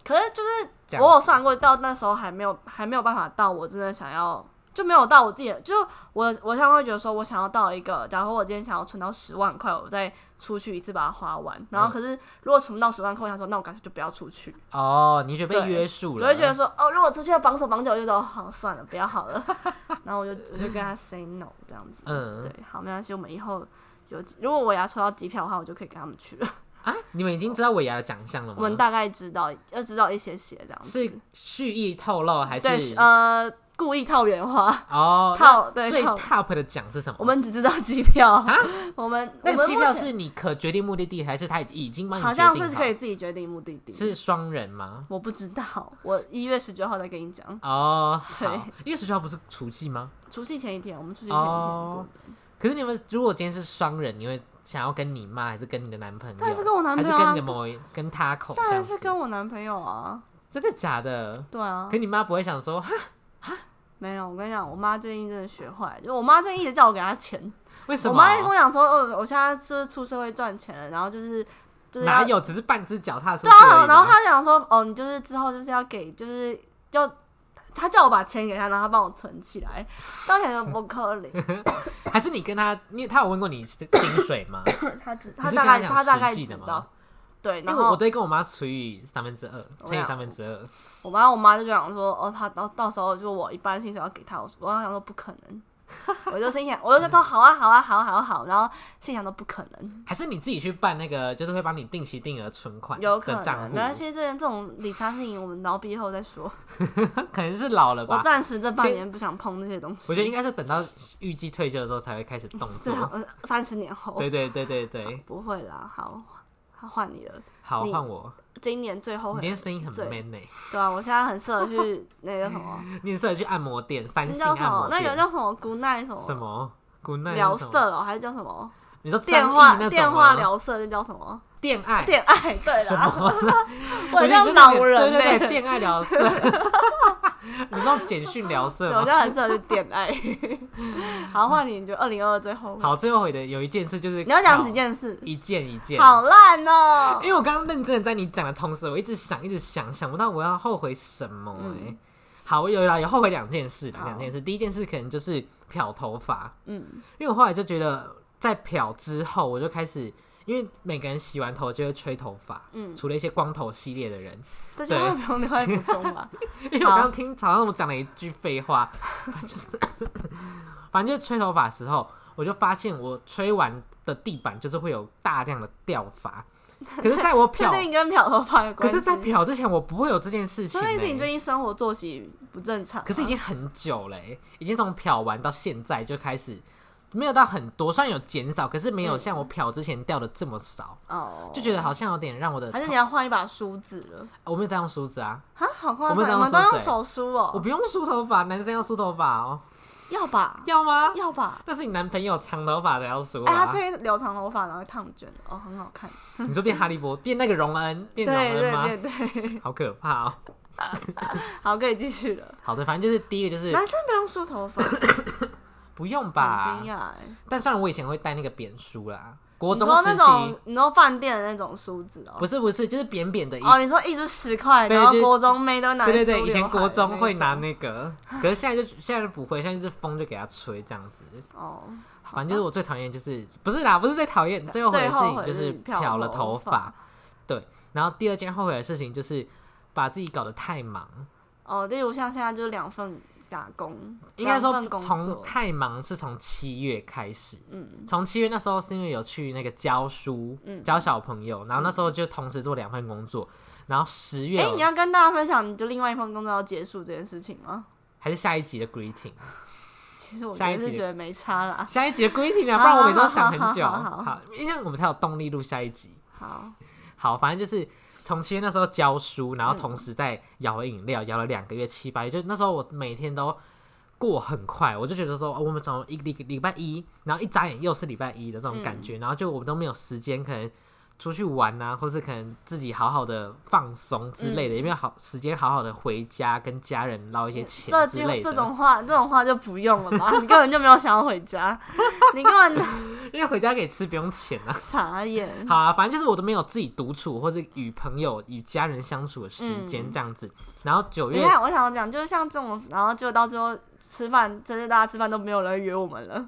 Speaker 1: 可是就是
Speaker 2: 这样
Speaker 1: 我有算过，到那时候还没有还没有办法到我真的想要，就没有到我自己的，就我我现在会觉得说，我想要到一个，假如说我今天想要存到十万块，我再出去一次把它花完。然
Speaker 2: 嗯
Speaker 1: 后可是如果存不到十万块，我想说，那我干脆就不要出去，
Speaker 2: 哦，你就被
Speaker 1: 对
Speaker 2: 约束
Speaker 1: 我
Speaker 2: 了，
Speaker 1: 会觉得说，哦，如果出去要绑手绑脚，我就说，哦，好算了，不要好了。 然后我就我就跟他 say no 这样子。
Speaker 2: 嗯
Speaker 1: 对，好，没关系，我们以后有如果我要抽到机票的话，我就可以跟他们去了。
Speaker 2: 啊，你们已经知道尾牙的奖项了吗？
Speaker 1: 我们大概知道要知道一些些这样子。
Speaker 2: 是蓄意透露还
Speaker 1: 对，
Speaker 2: 是
Speaker 1: 呃，故意套原话，
Speaker 2: 哦，那
Speaker 1: 套对
Speaker 2: 最
Speaker 1: 套。
Speaker 2: top 的奖是什么？
Speaker 1: 我们只知道机票
Speaker 2: 啊，
Speaker 1: 我们我
Speaker 2: 那个
Speaker 1: 们
Speaker 2: 机
Speaker 1: 目
Speaker 2: 票
Speaker 1: 前
Speaker 2: 是你可决定目的地，还是他已经帮你
Speaker 1: 好
Speaker 2: 决定
Speaker 1: 像是可
Speaker 2: 以
Speaker 1: 以自己决定目的地，
Speaker 2: 是双人吗？
Speaker 1: 我不知道，我一月十九号再跟你讲，
Speaker 2: 哦，
Speaker 1: 对
Speaker 2: 好，因为学校不是除夕吗？
Speaker 1: 除夕前一天，我们出去前一天
Speaker 2: 哦
Speaker 1: 过的，
Speaker 2: 可是你们如果今天是双人，你会想要跟你妈还是跟你的男朋友？
Speaker 1: 但是跟我男
Speaker 2: 还
Speaker 1: 朋
Speaker 2: 是
Speaker 1: 友
Speaker 2: 跟
Speaker 1: 啊
Speaker 2: 你的，某一跟他口
Speaker 1: 当
Speaker 2: 这样
Speaker 1: 然
Speaker 2: 子
Speaker 1: 是？跟我男朋友啊，
Speaker 2: 真的假的？
Speaker 1: 对啊
Speaker 2: 可，你妈不会想说，哈
Speaker 1: 没有，我跟你讲，我妈最近真的学坏了，就我妈最近一直叫我给她钱，
Speaker 2: 为什
Speaker 1: 我
Speaker 2: 么？
Speaker 1: 妈跟我讲说，哦，我现在就是出社会赚钱了，然后就是就是要
Speaker 2: 哪有？只是半只脚踏出去
Speaker 1: 啊对啊，
Speaker 2: 而已
Speaker 1: 然后
Speaker 2: 嘛。
Speaker 1: 她讲说，哦，你就是之后就是要给，就是要她叫我把钱给她，然后她帮我存起来， 当然不可能。
Speaker 2: 还是你跟他，你他有问过你薪薪水吗？
Speaker 1: 他知
Speaker 2: 你
Speaker 1: 他
Speaker 2: 是
Speaker 1: 大
Speaker 2: 跟他
Speaker 1: 概
Speaker 2: 讲
Speaker 1: 他大
Speaker 2: 实
Speaker 1: 概
Speaker 2: 际
Speaker 1: 知
Speaker 2: 的吗
Speaker 1: 道，对，
Speaker 2: 因为
Speaker 1: 然
Speaker 2: 我
Speaker 1: 后
Speaker 2: 都会跟我妈除以三分之二，
Speaker 1: 我
Speaker 2: 乘以
Speaker 1: 俩
Speaker 2: 三分之二。
Speaker 1: 我妈我妈就讲说，哦，她到到时候就我一般薪水要给她，我我想说不可能，我就心想， 我就说好啊好啊好啊好啊好啊，然后心想都不可 能，
Speaker 2: 还是你自己去办那个，就是会帮你定期定额存款
Speaker 1: 有可
Speaker 2: 的账
Speaker 1: 能，啊
Speaker 2: 户
Speaker 1: 没，关系，这这种理财事情我们挠逼后再说，
Speaker 2: 可能是老了
Speaker 1: 我
Speaker 2: 吧。
Speaker 1: 暂时这半
Speaker 2: 先
Speaker 1: 年不想碰这些东西，
Speaker 2: 我觉得应该是等到预计退休的时候才会开始动
Speaker 1: 最好
Speaker 2: 作。
Speaker 1: 呃三十年后
Speaker 2: 对对对对对，
Speaker 1: 不会啦，好，好换你了，
Speaker 2: 好，
Speaker 1: 你
Speaker 2: 换我。
Speaker 1: 今年最后
Speaker 2: 你
Speaker 1: 悔
Speaker 2: 今天声音很
Speaker 1: 对
Speaker 2: man 呢、
Speaker 1: 对啊，我现在很适合去 那个什么，
Speaker 2: 你很适合去按摩店，三
Speaker 1: 那
Speaker 2: 星
Speaker 1: 叫什
Speaker 2: 按
Speaker 1: 么
Speaker 2: 摩？
Speaker 1: 那
Speaker 2: 店。
Speaker 1: 个叫什么 Good night 什
Speaker 2: 什
Speaker 1: 么
Speaker 2: 么？古奈
Speaker 1: 聊
Speaker 2: 是什么
Speaker 1: 色哦，还是叫什么？
Speaker 2: 你说
Speaker 1: 电
Speaker 2: 张
Speaker 1: 话
Speaker 2: 译那种
Speaker 1: 电话
Speaker 2: 吗
Speaker 1: 聊色，那叫什么？
Speaker 2: 恋爱
Speaker 1: 恋爱，对
Speaker 2: 什
Speaker 1: 啦，
Speaker 2: 么？
Speaker 1: 我
Speaker 2: 觉得
Speaker 1: 像
Speaker 2: 你就是
Speaker 1: 老人欸
Speaker 2: 对对
Speaker 1: 嘞、
Speaker 2: 对，恋爱聊色， 你知道简讯聊
Speaker 1: 对
Speaker 2: 色
Speaker 1: 我
Speaker 2: 吗？
Speaker 1: 像很适合去恋爱。 好，换你，你就二零二二最后悔，
Speaker 2: 好，最后悔的有一件事就是
Speaker 1: 你要讲几
Speaker 2: 考
Speaker 1: 件事？
Speaker 2: 一件一件。
Speaker 1: 好烂 哦、
Speaker 2: 因为我刚刚认真的在你讲的同时，我一直想，一直想，想不到我要后悔什么哎、
Speaker 1: 嗯
Speaker 2: 好，我有啦，有后悔两件事啦，
Speaker 1: 好
Speaker 2: 两件事。第一件事可能就是漂头发，
Speaker 1: 嗯，
Speaker 2: 因为我后来就觉得，在漂之后，我就开始，因为每个人洗完头就会吹头发，
Speaker 1: 嗯
Speaker 2: 除了一些光头系列 的人，
Speaker 1: 这句话不用另外补充 吧？
Speaker 2: 因为我刚刚听好像我讲了一句废话， 就是反正就是吹头发的时候，我就发现我吹完的地板就是会有大量的掉 发，可是在我
Speaker 1: 确
Speaker 2: 漂。
Speaker 1: 定跟漂头发有
Speaker 2: 可
Speaker 1: 关系？
Speaker 2: 是，在漂之前，我不会有这件事
Speaker 1: 所
Speaker 2: 情、欸。
Speaker 1: 以是你最近生活作息不正常、
Speaker 2: 可是已，经很久了、欸，已经从漂完到现在就开始，没有到很多，虽然有减少，可是没有
Speaker 1: 嗯
Speaker 2: 像我漂之前掉的这么少，
Speaker 1: 哦，
Speaker 2: 就觉得好像有点让我的
Speaker 1: 还是
Speaker 2: 头。
Speaker 1: 你要换一把梳子了？
Speaker 2: 我没有在用梳子啊，
Speaker 1: 啊，好夸
Speaker 2: 我们
Speaker 1: 张！
Speaker 2: 都
Speaker 1: 你
Speaker 2: 用
Speaker 1: 们都
Speaker 2: 梳子
Speaker 1: 用
Speaker 2: 欸
Speaker 1: 手梳哦、
Speaker 2: 我不用梳头发，男生要梳头发哦，
Speaker 1: 要吧？
Speaker 2: 要吗？
Speaker 1: 要 吧？
Speaker 2: 那是你男朋友长头发的要梳
Speaker 1: 哎、
Speaker 2: 啊
Speaker 1: 他。最近留长头发，然后烫卷哦，很好看。
Speaker 2: 你说变哈利波变那个荣恩，变
Speaker 1: 对
Speaker 2: 荣恩吗？
Speaker 1: 对对对，
Speaker 2: 好可怕哦。
Speaker 1: 好，可以继续了。
Speaker 2: 好的，反正就是第一个就是
Speaker 1: 男生不用梳头 发，
Speaker 2: 不用
Speaker 1: 很
Speaker 2: 吧
Speaker 1: 惊，讶哎。
Speaker 2: 但虽然我以前会戴那个扁梳啦，国
Speaker 1: 你
Speaker 2: 中
Speaker 1: 说
Speaker 2: 时
Speaker 1: 那
Speaker 2: 期
Speaker 1: 种，你说饭店的那种梳子哦、
Speaker 2: 不是不是，就是扁扁的一
Speaker 1: 哦，你说一支十块，
Speaker 2: 对
Speaker 1: 然后
Speaker 2: 就
Speaker 1: 国中妹都拿
Speaker 2: 对
Speaker 1: 来
Speaker 2: 对
Speaker 1: 梳
Speaker 2: 对，以
Speaker 1: 刘
Speaker 2: 前
Speaker 1: 海
Speaker 2: 国
Speaker 1: 的
Speaker 2: 中会拿
Speaker 1: 种
Speaker 2: 那个，可是现在就现在就不会，现在就是风就给它吹这样子。
Speaker 1: 哦，
Speaker 2: 反正就是我最讨厌就是不是啦，不是最讨厌，最后
Speaker 1: 呃
Speaker 2: 悔
Speaker 1: 最
Speaker 2: 的事
Speaker 1: 后悔
Speaker 2: 情就是
Speaker 1: 漂
Speaker 2: 漂了
Speaker 1: 头
Speaker 2: 头
Speaker 1: 发
Speaker 2: 发。对，然后第二件后悔的事情就是把自己搞得太忙，
Speaker 1: 哦，例如像现在就是两份打工，
Speaker 2: 应该
Speaker 1: 两
Speaker 2: 说
Speaker 1: 份工
Speaker 2: 从
Speaker 1: 作
Speaker 2: 太忙是从七月开始。
Speaker 1: 嗯
Speaker 2: 从七月那时候是因为有去那个教书，
Speaker 1: 嗯。
Speaker 2: 教小朋友，然后那时候就同时做两份工作，然后十月哦
Speaker 1: 哎、
Speaker 2: 有
Speaker 1: 你要跟大家分享你的另外一份工作要结束这件事情吗？
Speaker 2: 还是下一集的 greeting，
Speaker 1: 其实我
Speaker 2: 下一
Speaker 1: 觉得是
Speaker 2: 集
Speaker 1: 觉得没差啦。
Speaker 2: 下一集的 greeting 啊，不然我每次都想很久。
Speaker 1: 好好好好好
Speaker 2: 好，因为我们才有动力录下一集。
Speaker 1: 好，
Speaker 2: 好，反正就是从七月那时候教书，然后同时在摇饮料，摇了两个月七八月，就那时候我每天都过很快，我就觉得说，哦、我们从一个礼礼拜一，然后一眨眼又是礼拜一的这种感觉，
Speaker 1: 嗯
Speaker 2: 然后就我们都没有时间可能。出去玩啊，或是可能自己好好的放松之类的，
Speaker 1: 嗯
Speaker 2: 也没有好时间好好的回家跟家人捞一些钱
Speaker 1: 这
Speaker 2: 之类
Speaker 1: 句
Speaker 2: 的。
Speaker 1: 这种话，这种话就不用了吧？你根本就没有想要回家， 你根 本
Speaker 2: 因为回家可以吃不用钱啊。
Speaker 1: 傻眼。
Speaker 2: 好啊，反正就是我都没有自己独处或是与朋友、与家人相处的时间这样子。然后
Speaker 1: 嗯
Speaker 2: 九
Speaker 1: 你
Speaker 2: 月，
Speaker 1: 看，我想讲，就是像这种，然后就到最后吃饭，就是大家吃饭都没有人约我们了，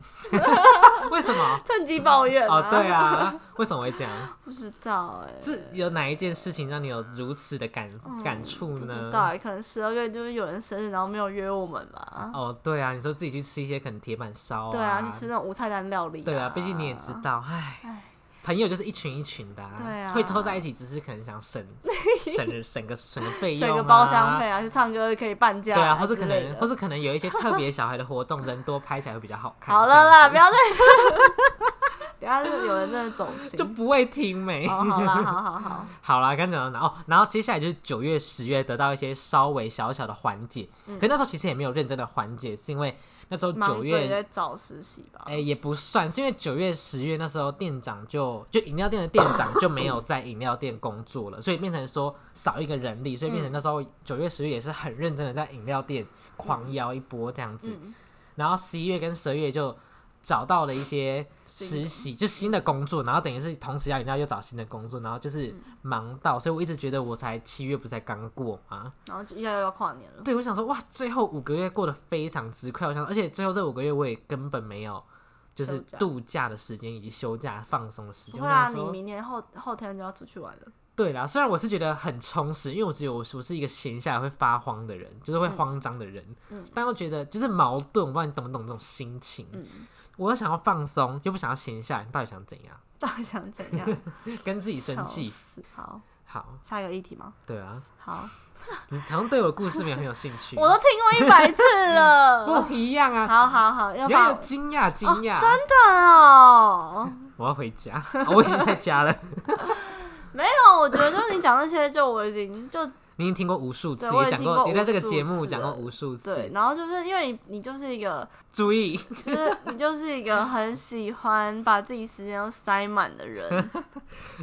Speaker 2: 为什么？
Speaker 1: 趁机抱怨、
Speaker 2: 哦，对，啊，为什么会这样？
Speaker 1: 不知道哎、
Speaker 2: 是有哪一件事情让你有如此的感、感触
Speaker 1: 嗯不知
Speaker 2: 呢？
Speaker 1: 道、欸，可能十二月就是有人生日，然后没有约我们吧。
Speaker 2: 哦，对啊，你说自己去吃一些可能铁板烧、
Speaker 1: 对啊，
Speaker 2: 啊，
Speaker 1: 去吃那种无菜单料理、
Speaker 2: 对啊，毕竟你也知。道，唉，朋友就是一群一群的、
Speaker 1: 对啊
Speaker 2: 会凑在一起，只是可能 想省省省个省个费用、啊，
Speaker 1: 省个包厢费啊，去唱歌可以半价、
Speaker 2: 对啊，或
Speaker 1: 之
Speaker 2: 是可
Speaker 1: 类
Speaker 2: 能，
Speaker 1: 的
Speaker 2: 或是可能有一些特别小孩的活动，人多拍起来会比较好看。
Speaker 1: 好
Speaker 2: 这样
Speaker 1: 了
Speaker 2: 子
Speaker 1: 啦，不要再 等下是有人真的走心
Speaker 2: 就。不会听没。
Speaker 1: 哦，好啦，好好 好，
Speaker 2: 好啦，刚讲到哪哦？然后接下来就是九月、十月得到一些稍微小小的缓解，可那时候其实也没有认真的缓解，是因为那时候
Speaker 1: 嗯忙
Speaker 2: 九
Speaker 1: 着也
Speaker 2: 月。
Speaker 1: 在哦找实习吧。
Speaker 2: 哎、也不算，是因为九月、十月那时候店长就就饮料店的店长就没有在饮料店工作了，所以变成说少一个人力，所以变成那时候九月、十月也是很认真的在饮料店狂摇一波这样子。
Speaker 1: 嗯，
Speaker 2: 然后十一月跟十二月就找到了一些
Speaker 1: 新
Speaker 2: 实习，就新的工作，然后等于是同时要饮料又找新的工作，然后就是
Speaker 1: 嗯
Speaker 2: 忙到，所以我一直觉得我才七月不是才刚过嘛，
Speaker 1: 然后就要要跨年了。
Speaker 2: 对我想说哇，最后五个月过得非常之快，我想说，而且最后这五个月我也根本没有就是
Speaker 1: 休假
Speaker 2: 度假的时间以及休假放松的时
Speaker 1: 不
Speaker 2: 间，
Speaker 1: 会
Speaker 2: 我
Speaker 1: 啊，
Speaker 2: 想
Speaker 1: 你
Speaker 2: 说
Speaker 1: 明年后后天就要出去玩了。
Speaker 2: 对啦，虽然我是觉得很充实，因为我只有我是我是一个闲下来会发慌的人，就是会慌张的人，
Speaker 1: 嗯
Speaker 2: 但又觉得就是矛盾，我不知道你懂不懂这种心情。
Speaker 1: 嗯
Speaker 2: 我又想要放松，又不想要闲下来，你到底想怎样？
Speaker 1: 到底想怎样？
Speaker 2: 跟自己生
Speaker 1: 笑
Speaker 2: 气？
Speaker 1: 死。好，
Speaker 2: 好，
Speaker 1: 下一个议题吗？
Speaker 2: 对啊，
Speaker 1: 好，
Speaker 2: 你好像对我的故事没有很有兴趣，
Speaker 1: 我都听过一百次了。
Speaker 2: 不一样 啊。
Speaker 1: 好好好，要不
Speaker 2: 你要
Speaker 1: 要
Speaker 2: 有惊讶，惊讶、
Speaker 1: 真的哦？
Speaker 2: 我要回家，哦我已经在家了。
Speaker 1: 没有，我觉得就是你讲那些，就我已经就
Speaker 2: 你已经听过无数次，
Speaker 1: 对我已
Speaker 2: 也讲
Speaker 1: 经听过
Speaker 2: 也在这个
Speaker 1: 无数
Speaker 2: 节目
Speaker 1: 次
Speaker 2: 讲过
Speaker 1: 了
Speaker 2: 无数
Speaker 1: 对，
Speaker 2: 次。
Speaker 1: 然后就是因为你你就是一个，
Speaker 2: 注意，
Speaker 1: 就是你就是一个很喜欢把自己时间都塞满的 人，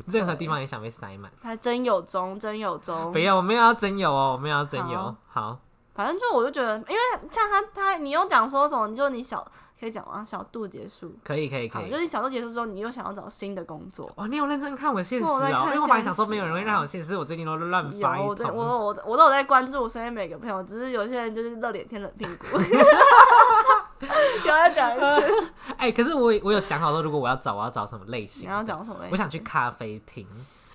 Speaker 2: 任何地方也想被塞满。
Speaker 1: 还真有中，真有中
Speaker 2: 不。要，我们要真有哦，我们要真有。好，
Speaker 1: 反正就我就觉得，因为像他他，你又讲说什么，就你小可以讲啊，小度结束，
Speaker 2: 可以，可以，
Speaker 1: 好
Speaker 2: 可，以
Speaker 1: 就。是小度结束之后，你又想要找新的工作。
Speaker 2: 哦，你有认真看我现实
Speaker 1: 我在看
Speaker 2: 哦，因为我本来
Speaker 1: 现
Speaker 2: 想说
Speaker 1: 实
Speaker 2: 没有人会
Speaker 1: 啊
Speaker 2: 让我现实，我最近都乱
Speaker 1: 有，
Speaker 2: 发一
Speaker 1: 我在我
Speaker 2: 通。
Speaker 1: 我我都有在关注我身边每个朋友，只是有些人就是热脸贴冷屁股。 要再讲一次，
Speaker 2: 哎、可是我我有想好说，如果我要找，我要找什么类型
Speaker 1: 你
Speaker 2: 的？
Speaker 1: 要讲什么？
Speaker 2: 我想去咖啡厅，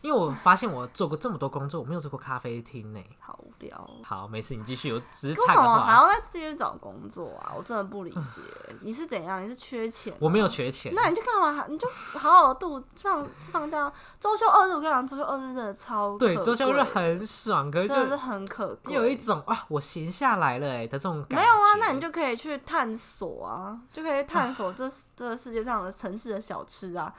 Speaker 2: 因为我发现我做过这么多工作，我没有做过咖啡厅呢。
Speaker 1: 好无聊哦。
Speaker 2: 好，没事，你继续。我职
Speaker 1: 为
Speaker 2: 场
Speaker 1: 什
Speaker 2: 的
Speaker 1: 么还
Speaker 2: 话，
Speaker 1: 要再继续找工作啊？我真的不理解，你是怎样？你是缺钱？
Speaker 2: 我没有。缺钱。
Speaker 1: 那你就干嘛？你就好好度放放假。周休二日，我跟你讲，周休二日真的超
Speaker 2: 对，
Speaker 1: 可
Speaker 2: 周休日
Speaker 1: 贵
Speaker 2: 很爽，可是
Speaker 1: 真的是
Speaker 2: 就
Speaker 1: 很可贵。
Speaker 2: 有一种哇，我闲下来了哎的这种感觉。
Speaker 1: 没有啊？那你就可以去探索啊，就可以探索这这个世界上的城市的小吃啊，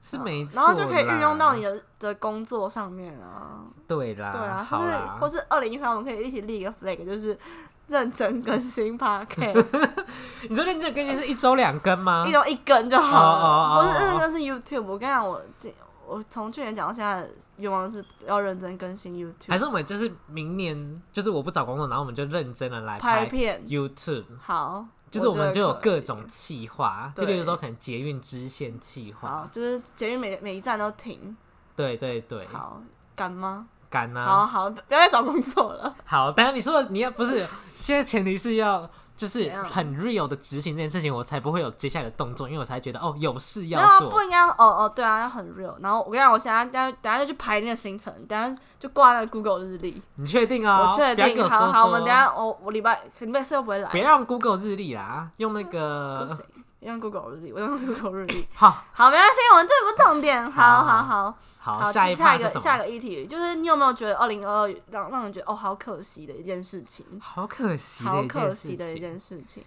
Speaker 2: 是没错
Speaker 1: 然
Speaker 2: 啦，
Speaker 1: 后就可以运用到你的的工作上面啊。
Speaker 2: 对啦，
Speaker 1: 对啊，或
Speaker 2: 好
Speaker 1: 是
Speaker 2: 啦
Speaker 1: 或，是二零一三，我们可以一起立一个 flag，就是认真更 新 podcast。
Speaker 2: 你说认真跟就是一周两更吗
Speaker 1: 一？周一根就好
Speaker 2: 啊哦哦哦
Speaker 1: 了。
Speaker 2: 哦
Speaker 1: 不是，那个是 YouTube。我跟你讲，我这我从去年讲到现在，愿望是要认真更新
Speaker 2: 还
Speaker 1: YouTube，
Speaker 2: 是我们就是明年就是我不找工作，然后我们就认真的来
Speaker 1: 拍
Speaker 2: 拍
Speaker 1: 片。
Speaker 2: YouTube。
Speaker 1: 好，
Speaker 2: 就是我们就有
Speaker 1: 觉得可
Speaker 2: 各
Speaker 1: 以
Speaker 2: 种企划，就
Speaker 1: 对
Speaker 2: 例如说可能捷运支线企
Speaker 1: 好
Speaker 2: 划，，
Speaker 1: 就是捷运每每一站都停。
Speaker 2: 对对对，
Speaker 1: 好，敢吗？
Speaker 2: 干啊，
Speaker 1: 好好，不要再找工作了。
Speaker 2: 好，当然你说的你要不是， 现在前提是要就是
Speaker 1: 怎样
Speaker 2: 很 real 的执行这件事情，我才不会有接下来的动作，因为我才觉得哦有事
Speaker 1: 没有啊
Speaker 2: 要
Speaker 1: 不
Speaker 2: 做，
Speaker 1: 应该。哦哦，对啊，要很 real。然后我跟你讲，我现在等下等下就去排那个行程，等下就挂那个 Google 日历。
Speaker 2: 你确定
Speaker 1: 我
Speaker 2: 哦？
Speaker 1: 确
Speaker 2: 不要给
Speaker 1: 定。
Speaker 2: 我
Speaker 1: 好
Speaker 2: 说
Speaker 1: 好，我们等
Speaker 2: 说，
Speaker 1: 下我我礼拜礼拜四又不会来
Speaker 2: 别，让 Google 日历啦，用那
Speaker 1: 不
Speaker 2: 个
Speaker 1: 行，用 Google 日历，我用 Google 日历。
Speaker 2: 好
Speaker 1: 好，没关系，我们这不是重点。好
Speaker 2: 好
Speaker 1: 好好，下
Speaker 2: 好下一
Speaker 1: 下
Speaker 2: 趴
Speaker 1: 一
Speaker 2: 是
Speaker 1: 个
Speaker 2: 什
Speaker 1: 下一
Speaker 2: 么？
Speaker 1: 个议题，就是你有没有觉得二零二二让让人觉得哦好可惜的一件事情，
Speaker 2: 好可惜的
Speaker 1: 好
Speaker 2: 一
Speaker 1: 可
Speaker 2: 件
Speaker 1: 惜
Speaker 2: 事
Speaker 1: 的一
Speaker 2: 情，
Speaker 1: 件事情。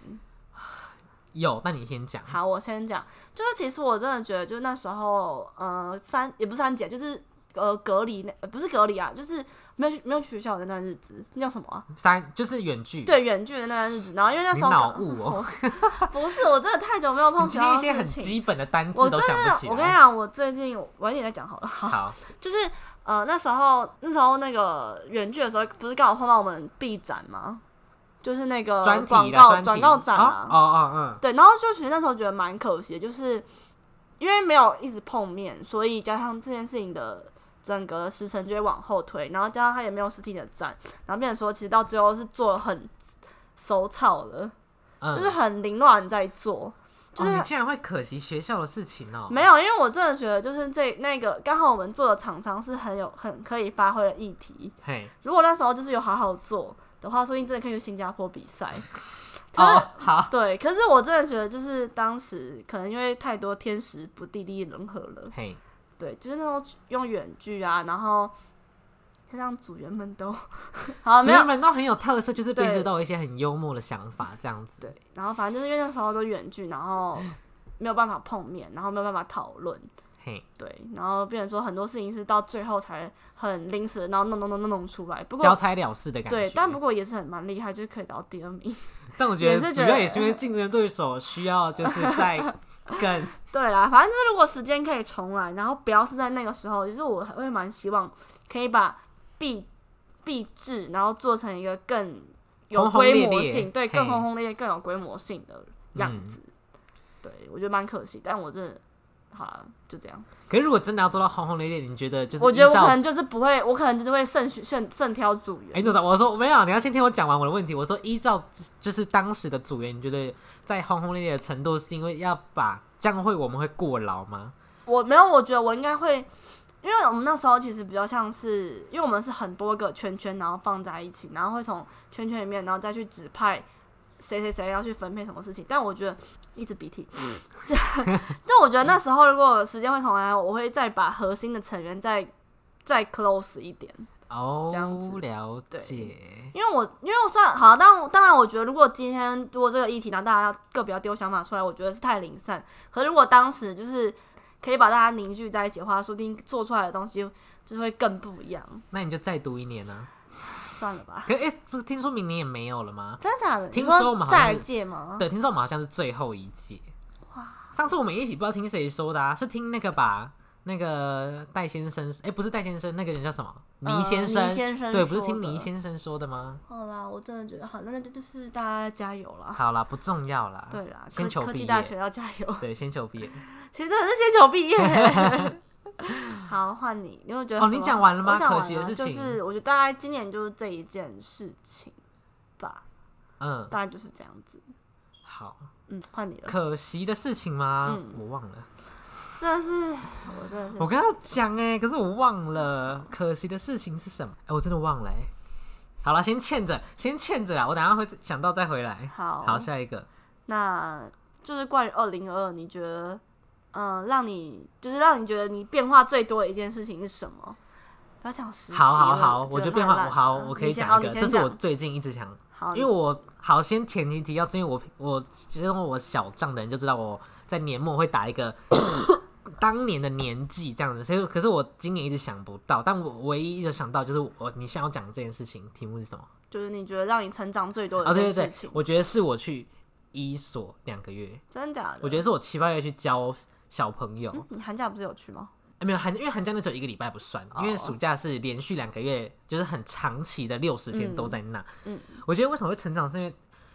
Speaker 2: 有，那你先讲，
Speaker 1: 好，我先讲，就是其实我真的觉得，就是那时候呃三也不是三姐，就是呃隔离那、呃不是隔离啊，就是没有去没有去学校的那段日子，那叫什么啊、
Speaker 2: 三就是远距，，
Speaker 1: 对，远距的那段日子。然后因为那
Speaker 2: 嗯你
Speaker 1: 时候啊
Speaker 2: 脑雾哦，
Speaker 1: 不是， 我真的太久没有碰
Speaker 2: 你
Speaker 1: 学
Speaker 2: 今天
Speaker 1: 校
Speaker 2: 一些
Speaker 1: 的
Speaker 2: 很
Speaker 1: 事情。
Speaker 2: 基本的单
Speaker 1: 我
Speaker 2: 字都
Speaker 1: 真
Speaker 2: 想不
Speaker 1: 的
Speaker 2: 起，
Speaker 1: 我跟你
Speaker 2: 来。
Speaker 1: 讲，我最近晚一点再讲好了。好，
Speaker 2: 好，
Speaker 1: 就是呃那时候那时候那个远距的时候，不是刚好碰到我们 B 展吗？就是那个
Speaker 2: 专题
Speaker 1: 呃广
Speaker 2: 的
Speaker 1: 告
Speaker 2: 专题
Speaker 1: 广告展啊
Speaker 2: 哦，哦哦
Speaker 1: 对，然后就其实那时候觉得蛮可惜的，就是因为没有一直碰面，所以加上这件事情的整个时程就会往后推，然后加上他也没有实体的展，然后变成说其实到最后是做得很手草了，
Speaker 2: 嗯，
Speaker 1: 就是很凌乱在做，就
Speaker 2: 哦
Speaker 1: 是
Speaker 2: 你竟然会可惜学校的事情哦，
Speaker 1: 没有，因为我真的觉得就是这那个刚好我们做的厂商是很有很可以发挥的议题。
Speaker 2: 嘿，
Speaker 1: 如果那时候就是有好好做的话，说不定真的可以去新加坡比 赛。就是、
Speaker 2: 哦好，
Speaker 1: 对，可是我真的觉得就是当时可能因为太多天时不地利人和了，
Speaker 2: 嘿，
Speaker 1: 对，就是那种用远距啊，然后他让组员们都 好
Speaker 2: 主
Speaker 1: 啊没有
Speaker 2: 人们都很有特色，就是彼
Speaker 1: 对
Speaker 2: 此都有一些很幽默的想法，这样子。
Speaker 1: 对，然后反正就是因为那时候都远距，然后没有办法碰面，然后没有办法讨论，
Speaker 2: 嘿，
Speaker 1: 对，然后变成说很多事情是到最后才很临时，然后弄弄弄弄弄出来。不
Speaker 2: 交
Speaker 1: 过
Speaker 2: 差了事的感觉。
Speaker 1: 对，但不过也是很蛮厉害，就是可以到第二名。
Speaker 2: 但我觉
Speaker 1: 也
Speaker 2: 得
Speaker 1: 是
Speaker 2: 主
Speaker 1: 觉得
Speaker 2: 要也是因为竞争对手需要就是 在更
Speaker 1: 对啦，反正就是如果时间可以重来，然后不要是在那个时候，就是我会蛮希望可以把壁壁制，然后做成一个更有
Speaker 2: 轰轰烈
Speaker 1: 规模
Speaker 2: 烈
Speaker 1: 性，对，更
Speaker 2: 嘿
Speaker 1: 轰轰烈烈、更有规模性的样
Speaker 2: 嗯
Speaker 1: 子。对，我觉得蛮可惜，但我真的好啦就这样。
Speaker 2: 可是如果真的要做到轰轰烈烈，你觉得就是
Speaker 1: 我觉得我
Speaker 2: 依照
Speaker 1: 可能就是不会，我可能就是会慎选慎慎挑组员。
Speaker 2: 哎、你怎么知道？我说没有，你要先听我讲完我的问题。我说依照就是当时的组员，你觉得在轰轰烈烈的程度，是因为要把这样会我们会过劳吗？
Speaker 1: 我没有，我觉得我应该会，因为我们那时候其实比较像是，因为我们是很多个圈圈，然后放在一起，然后会从圈圈里面，然后再去指派谁谁谁要去分配什么事情。但我觉得一直鼻涕， 但我觉得那时候如果时间会重来，我会再把核心的成员再再 close 一点。
Speaker 2: 哦
Speaker 1: 这样子，
Speaker 2: 了
Speaker 1: 对
Speaker 2: 解。
Speaker 1: 因为我因为我算好，当当然，我觉得如果今天如果这个议题，然后大家要个别要丢想法出来，我觉得是太零散。可是如果当时就是可以把大家凝聚在一起的话，说不定做出来的东西就是会更不一样。
Speaker 2: 那你就再读一年呢、
Speaker 1: 算了吧，
Speaker 2: 可哎、诶不是听说明年也没有了吗？
Speaker 1: 真的假的？
Speaker 2: 听
Speaker 1: 你
Speaker 2: 说我
Speaker 1: 说
Speaker 2: 们好像
Speaker 1: 再
Speaker 2: 是
Speaker 1: 见吗？
Speaker 2: 对，听说我们好像是最后一届。
Speaker 1: 嗯哇，
Speaker 2: 上次我们一起不知道听谁说的、啊，是听那个吧？那个戴先生，哎、不是戴先生，那个人叫什么？
Speaker 1: 呃
Speaker 2: 倪先生。
Speaker 1: 倪先生
Speaker 2: 对，不是
Speaker 1: 说
Speaker 2: 听
Speaker 1: 的
Speaker 2: 倪先生说的吗？
Speaker 1: 好啦，我真的觉得好，那那就就是大家加油 啦。
Speaker 2: 好啦，不重要啦。
Speaker 1: 对啦，科
Speaker 2: 先求
Speaker 1: 科
Speaker 2: 毕
Speaker 1: 技大
Speaker 2: 业。
Speaker 1: 学要加油。
Speaker 2: 对，先求毕业。
Speaker 1: 其实真的是先求毕业。 好，换你，你会觉得什
Speaker 2: 哦
Speaker 1: 么
Speaker 2: 你讲完了吗
Speaker 1: 我讲完
Speaker 2: 可惜的事情
Speaker 1: 就是我觉得大概今年就是这一件事情吧，
Speaker 2: 嗯，
Speaker 1: 大概就是这样子。
Speaker 2: 好。
Speaker 1: 嗯，换你了，
Speaker 2: 可惜的事情吗？
Speaker 1: 嗯
Speaker 2: 我忘了，
Speaker 1: 真的是，我真的
Speaker 2: 我
Speaker 1: 是，
Speaker 2: 刚刚讲哎，可是我忘了。可惜的事情是什么？哎、我真的忘了哎、好了，先欠着，先欠着啦，我等一下会想到再回来。
Speaker 1: 好，哦
Speaker 2: 好，下一个，
Speaker 1: 那就是关于二零二二，你觉得，嗯、让你就是让你觉得你变化最多的一件事情是什么？不要讲实习了，
Speaker 2: 好好好，我
Speaker 1: 觉
Speaker 2: 就
Speaker 1: 得
Speaker 2: 变
Speaker 1: 太
Speaker 2: 换，
Speaker 1: 烂
Speaker 2: 我好，
Speaker 1: 了
Speaker 2: 我可以
Speaker 1: 你先
Speaker 2: 讲一
Speaker 1: 好
Speaker 2: 个，
Speaker 1: 你
Speaker 2: 这
Speaker 1: 先
Speaker 2: 是我
Speaker 1: 讲哦
Speaker 2: 最近一直想
Speaker 1: 好，
Speaker 2: 因为我好，先前提提要是因为我我其实我小账的人就知道我在年末会打 一个当年的年纪这样子，所以可是我今年一直想不到，但我唯一一直想到就是我你想要讲这件事情，题目是什么？
Speaker 1: 就是你觉得让你成长最多的
Speaker 2: 啊、
Speaker 1: 一件
Speaker 2: 对对
Speaker 1: 事
Speaker 2: 对
Speaker 1: 情，，啊
Speaker 2: 我觉得是我去伊索两个月，
Speaker 1: 真的假的？
Speaker 2: 我觉得是我七八月去教小朋友，
Speaker 1: 嗯，你寒假不是有去吗？
Speaker 2: 哎没有寒，因为寒假那只有一个礼拜不算，因为
Speaker 1: 哦
Speaker 2: 暑假是连续两个月，就是很长期的六十天
Speaker 1: 嗯
Speaker 2: 都在那。
Speaker 1: 嗯
Speaker 2: 我觉得为什么会成长，是因为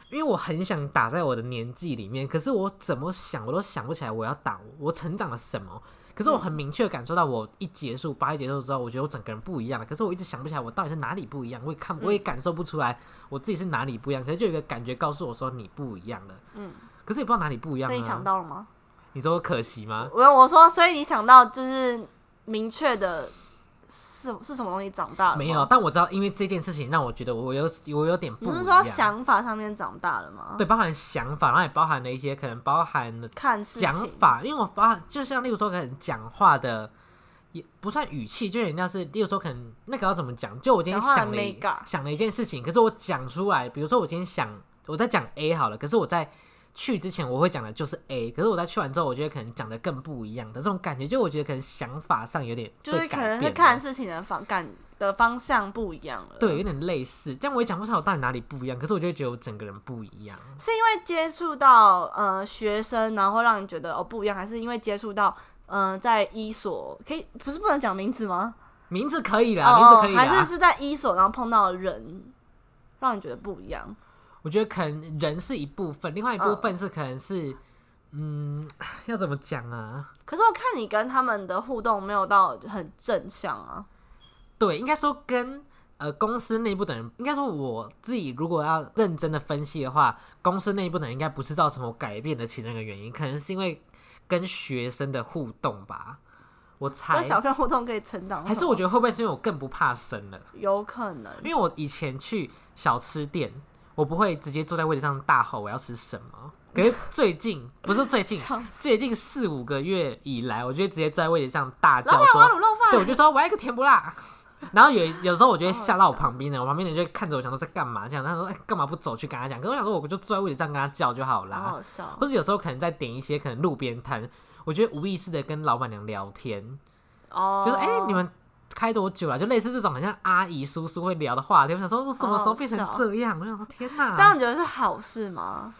Speaker 2: 因为我很想打在我的年纪里面，可是我怎么想我都想不起来我要打我成长了什么。可是我
Speaker 1: 嗯
Speaker 2: 很明确地感受到，我一结束八一结束之后，我觉得我整个人不一样了。可是我一直想不起来我到底是哪里不一样，我也看我也
Speaker 1: 嗯
Speaker 2: 感受不出来我自己是哪里不一样。可是就有一个感觉告诉我说你不一样了，
Speaker 1: 嗯，
Speaker 2: 可是也不知道哪里不一样
Speaker 1: 所以你想
Speaker 2: 啊。
Speaker 1: 到了吗？
Speaker 2: 你说我可惜吗？
Speaker 1: 我我说，所以你想到就是明确的是是什么东西长大了？
Speaker 2: 没有，，但我知道，因为这件事情让我觉得我有我有点不
Speaker 1: 你
Speaker 2: 一
Speaker 1: 是
Speaker 2: 样。
Speaker 1: 说想法上面长大了吗？，
Speaker 2: 对，包含想法，然后也包含了一些可能包含了
Speaker 1: 看事情
Speaker 2: 讲法，因为我包含就像例如说可能讲话的也不算语气，就有点像是例如说可能那个要怎么讲，就我今天
Speaker 1: 讲话的
Speaker 2: 想了一
Speaker 1: mega
Speaker 2: 想了一件事情，可是我讲出来，比如说我今天想我在讲 A 好了，可是我在。去之前我会讲的就是 A，可是我在去完之后，我觉得可能讲的更不一样的这种感觉，就我觉得可能想法上有点
Speaker 1: 就是
Speaker 2: 被改
Speaker 1: 可能会
Speaker 2: 变了
Speaker 1: 看事情的方感的方向不一样了。
Speaker 2: 对，有，点类似，但我也讲不出来我到底哪里不一样。可是我就会觉得我整个人不一样。
Speaker 1: 是因为接触到呃学生，然后让你觉得哦不一样，还是因为接触到嗯、呃在一所可以不是不能讲名字吗？
Speaker 2: 名字可以啊啦，名字
Speaker 1: 哦，
Speaker 2: 可以
Speaker 1: 还是
Speaker 2: 啦。
Speaker 1: 是在一所然后碰到的人，让你觉得不一样。
Speaker 2: 我觉得可能人是一部分，另外一
Speaker 1: 嗯
Speaker 2: 部分是可能是，嗯，要怎么讲啊？
Speaker 1: 可是我看你跟他们的互动没有到很正向啊，
Speaker 2: 对，应该说跟呃公司内部的人，应该说我自己如果要认真的分析的话，公司内部的人应该不是造成我改变的其中一个原因，可能是因为跟学生的互动吧。我猜
Speaker 1: 跟，小朋友互动可以成长什么，
Speaker 2: 还是我觉得会不会是因为我更不怕生了？
Speaker 1: 有可能，
Speaker 2: 因为我以前去小吃店，我不会直接坐在位置上大吼我要吃什么，可是最近不是最近
Speaker 1: 笑，
Speaker 2: 最近四五个月以来，我就会直接在位置上大
Speaker 1: 老
Speaker 2: 叫
Speaker 1: 板，我要卤
Speaker 2: 说，
Speaker 1: 肉饭。
Speaker 2: 对我就说我要一个甜不辣。 然后有有时候我就会
Speaker 1: 好好
Speaker 2: 吓到我旁边的，我旁边的人就看着我，想说在干嘛？这样他说哎干嘛不走去跟他讲？可是我想说我就坐在位置上跟他叫就好啦。
Speaker 1: 好好笑
Speaker 2: 或者有时候可能在点一些可能路边摊，我觉得无意识的跟老板娘聊天，
Speaker 1: 哦，
Speaker 2: 就是哎、你们开多久了？就类似这种很像阿姨叔叔会聊的话题。我想说，我什么时候变成
Speaker 1: 好好笑
Speaker 2: 这样？我想说，天哪，
Speaker 1: 这样觉得是好事吗？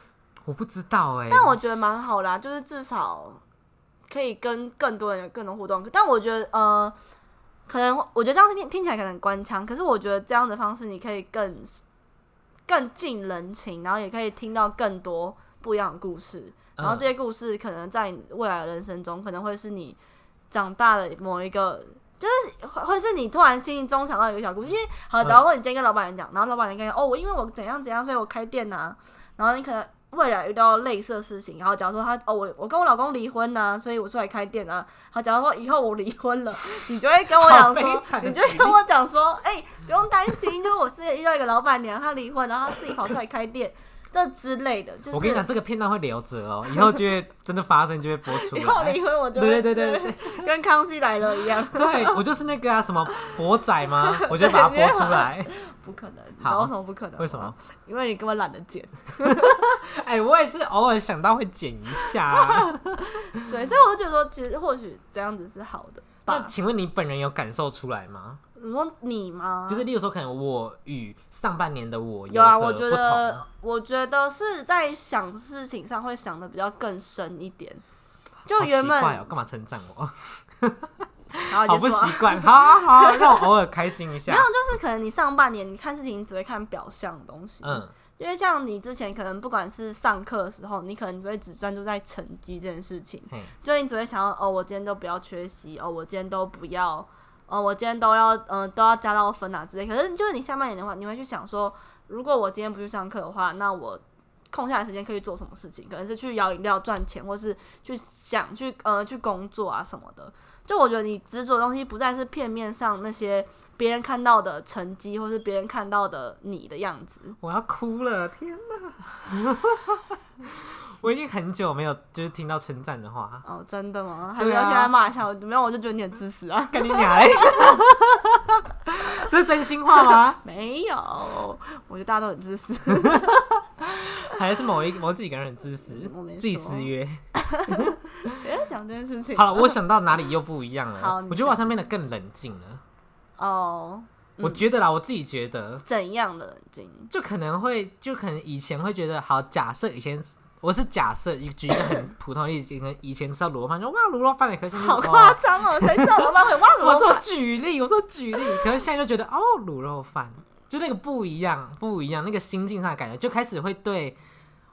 Speaker 2: 我不知道哎、
Speaker 1: 但我觉得蛮好啦，就是至少可以跟更多人有更多互动。但我觉得呃，可能我觉得这样听听起来可能官腔，可是我觉得这样的方式你可以更更近人情，然后也可以听到更多不一样的故事。然后这些故事可能在你未来的人生中，可能会是你长大的某一个，就是会会是你突然心中想到一个小故事。因为好，
Speaker 2: 嗯
Speaker 1: 假如说你今天跟老板娘讲，然后老板娘跟你讲，哦，我因为我怎样怎样，所以我开店啊呐、然后你可能未来遇到类似的事情，然后假如说他，哦，我我跟我老公离婚呐、所以我出来开店啊。好，假如说以后我离婚了， 你就会跟我讲
Speaker 2: 好悲
Speaker 1: 说，
Speaker 2: 惨的
Speaker 1: 你就会
Speaker 2: 举例
Speaker 1: 跟我讲说， 哎、不用担心，就是我之前遇到一个老板娘，她离婚，然后她自己跑出来开店。 这之类的，就是
Speaker 2: 我跟你讲，这个片段会留着哦，以后就会真的发生，就会播出
Speaker 1: 以后
Speaker 2: 来。
Speaker 1: 离婚我就
Speaker 2: 对
Speaker 1: 会
Speaker 2: 对对对
Speaker 1: 对， 跟康熙来了一样，
Speaker 2: 对，我就是那个啊，什么博仔吗？我就把它播出来。
Speaker 1: 不可能。你知道
Speaker 2: 好
Speaker 1: 为什么不可能？
Speaker 2: 为什么？
Speaker 1: 因为你根本懒得剪。
Speaker 2: 哎、我也是偶尔想到会剪一下、 啊。
Speaker 1: 对，所以我就觉得说，其实或许这样子是好的
Speaker 2: 那
Speaker 1: 吧。
Speaker 2: 请问你本人有感受出来吗？
Speaker 1: 你说你吗？
Speaker 2: 就是例如说，可能我与上半年的我
Speaker 1: 啊有啊，
Speaker 2: 何
Speaker 1: 我觉
Speaker 2: 不同
Speaker 1: 得，我觉得是在想事情上会想的比较更深一点。就
Speaker 2: 好
Speaker 1: 原
Speaker 2: 奇
Speaker 1: 本
Speaker 2: 怪哦，干嘛称赞我？
Speaker 1: 然
Speaker 2: 好
Speaker 1: 后结
Speaker 2: 不
Speaker 1: 束啊
Speaker 2: 习惯，好好好，让我偶尔开心一
Speaker 1: 没
Speaker 2: 下
Speaker 1: 有，。就是可能你上半年你看事情只会看表象的东西，
Speaker 2: 嗯，
Speaker 1: 因为像你之前可能不管是上课的时候，你可能只会只专注在成绩这件事情，
Speaker 2: 嘿，
Speaker 1: 就你只会想要哦，我今天都不要缺席，哦，我今天都不要，哦，我今天都要，嗯、都要加到分啊之类。可是就是你下半年的话，你会去想说，如果我今天不去上课的话，那我空下来的时间可以做什么事情？可能是去摇饮料赚钱，或是去想去呃去工作啊什么的。就我觉得你执着的东西不再是片面上那些别人看到的成绩，或是别人看到的你的样子。
Speaker 2: 我要哭了，天哪！ 我已经很久没有就是听到称赞的话，
Speaker 1: 哦，真的吗？还没
Speaker 2: 对
Speaker 1: 有
Speaker 2: 啊
Speaker 1: 现在骂一下我，没有我就觉得你很自私啊。
Speaker 2: 干你娘嘞！ 这是真心话吗？
Speaker 1: 没有，我觉得大家都很自私。
Speaker 2: 还是某一某几个人很自私
Speaker 1: 嗯我没，
Speaker 2: 自己
Speaker 1: 说
Speaker 2: 私约？
Speaker 1: 别讲这件事情。
Speaker 2: 好了，我想到哪里又不一样了
Speaker 1: 好。你
Speaker 2: 我觉得我好像变得更冷静了。
Speaker 1: 哦，嗯
Speaker 2: 我觉得啦，我自己觉得，
Speaker 1: 怎样的冷静？
Speaker 2: 就可能会，就可能以前会觉得，好，假设以前我是假设，举一个很普通的例子，可能以前吃到卤肉饭，就哇，卤肉饭的可是
Speaker 1: 好夸
Speaker 2: 哦
Speaker 1: 张哦！谁知道老板会忘
Speaker 2: 我
Speaker 1: 了
Speaker 2: 说举例，我说举例，可是现在就觉得，哦，卤肉饭就那个不一样，不一样，那个心境上的感觉，就开始会对，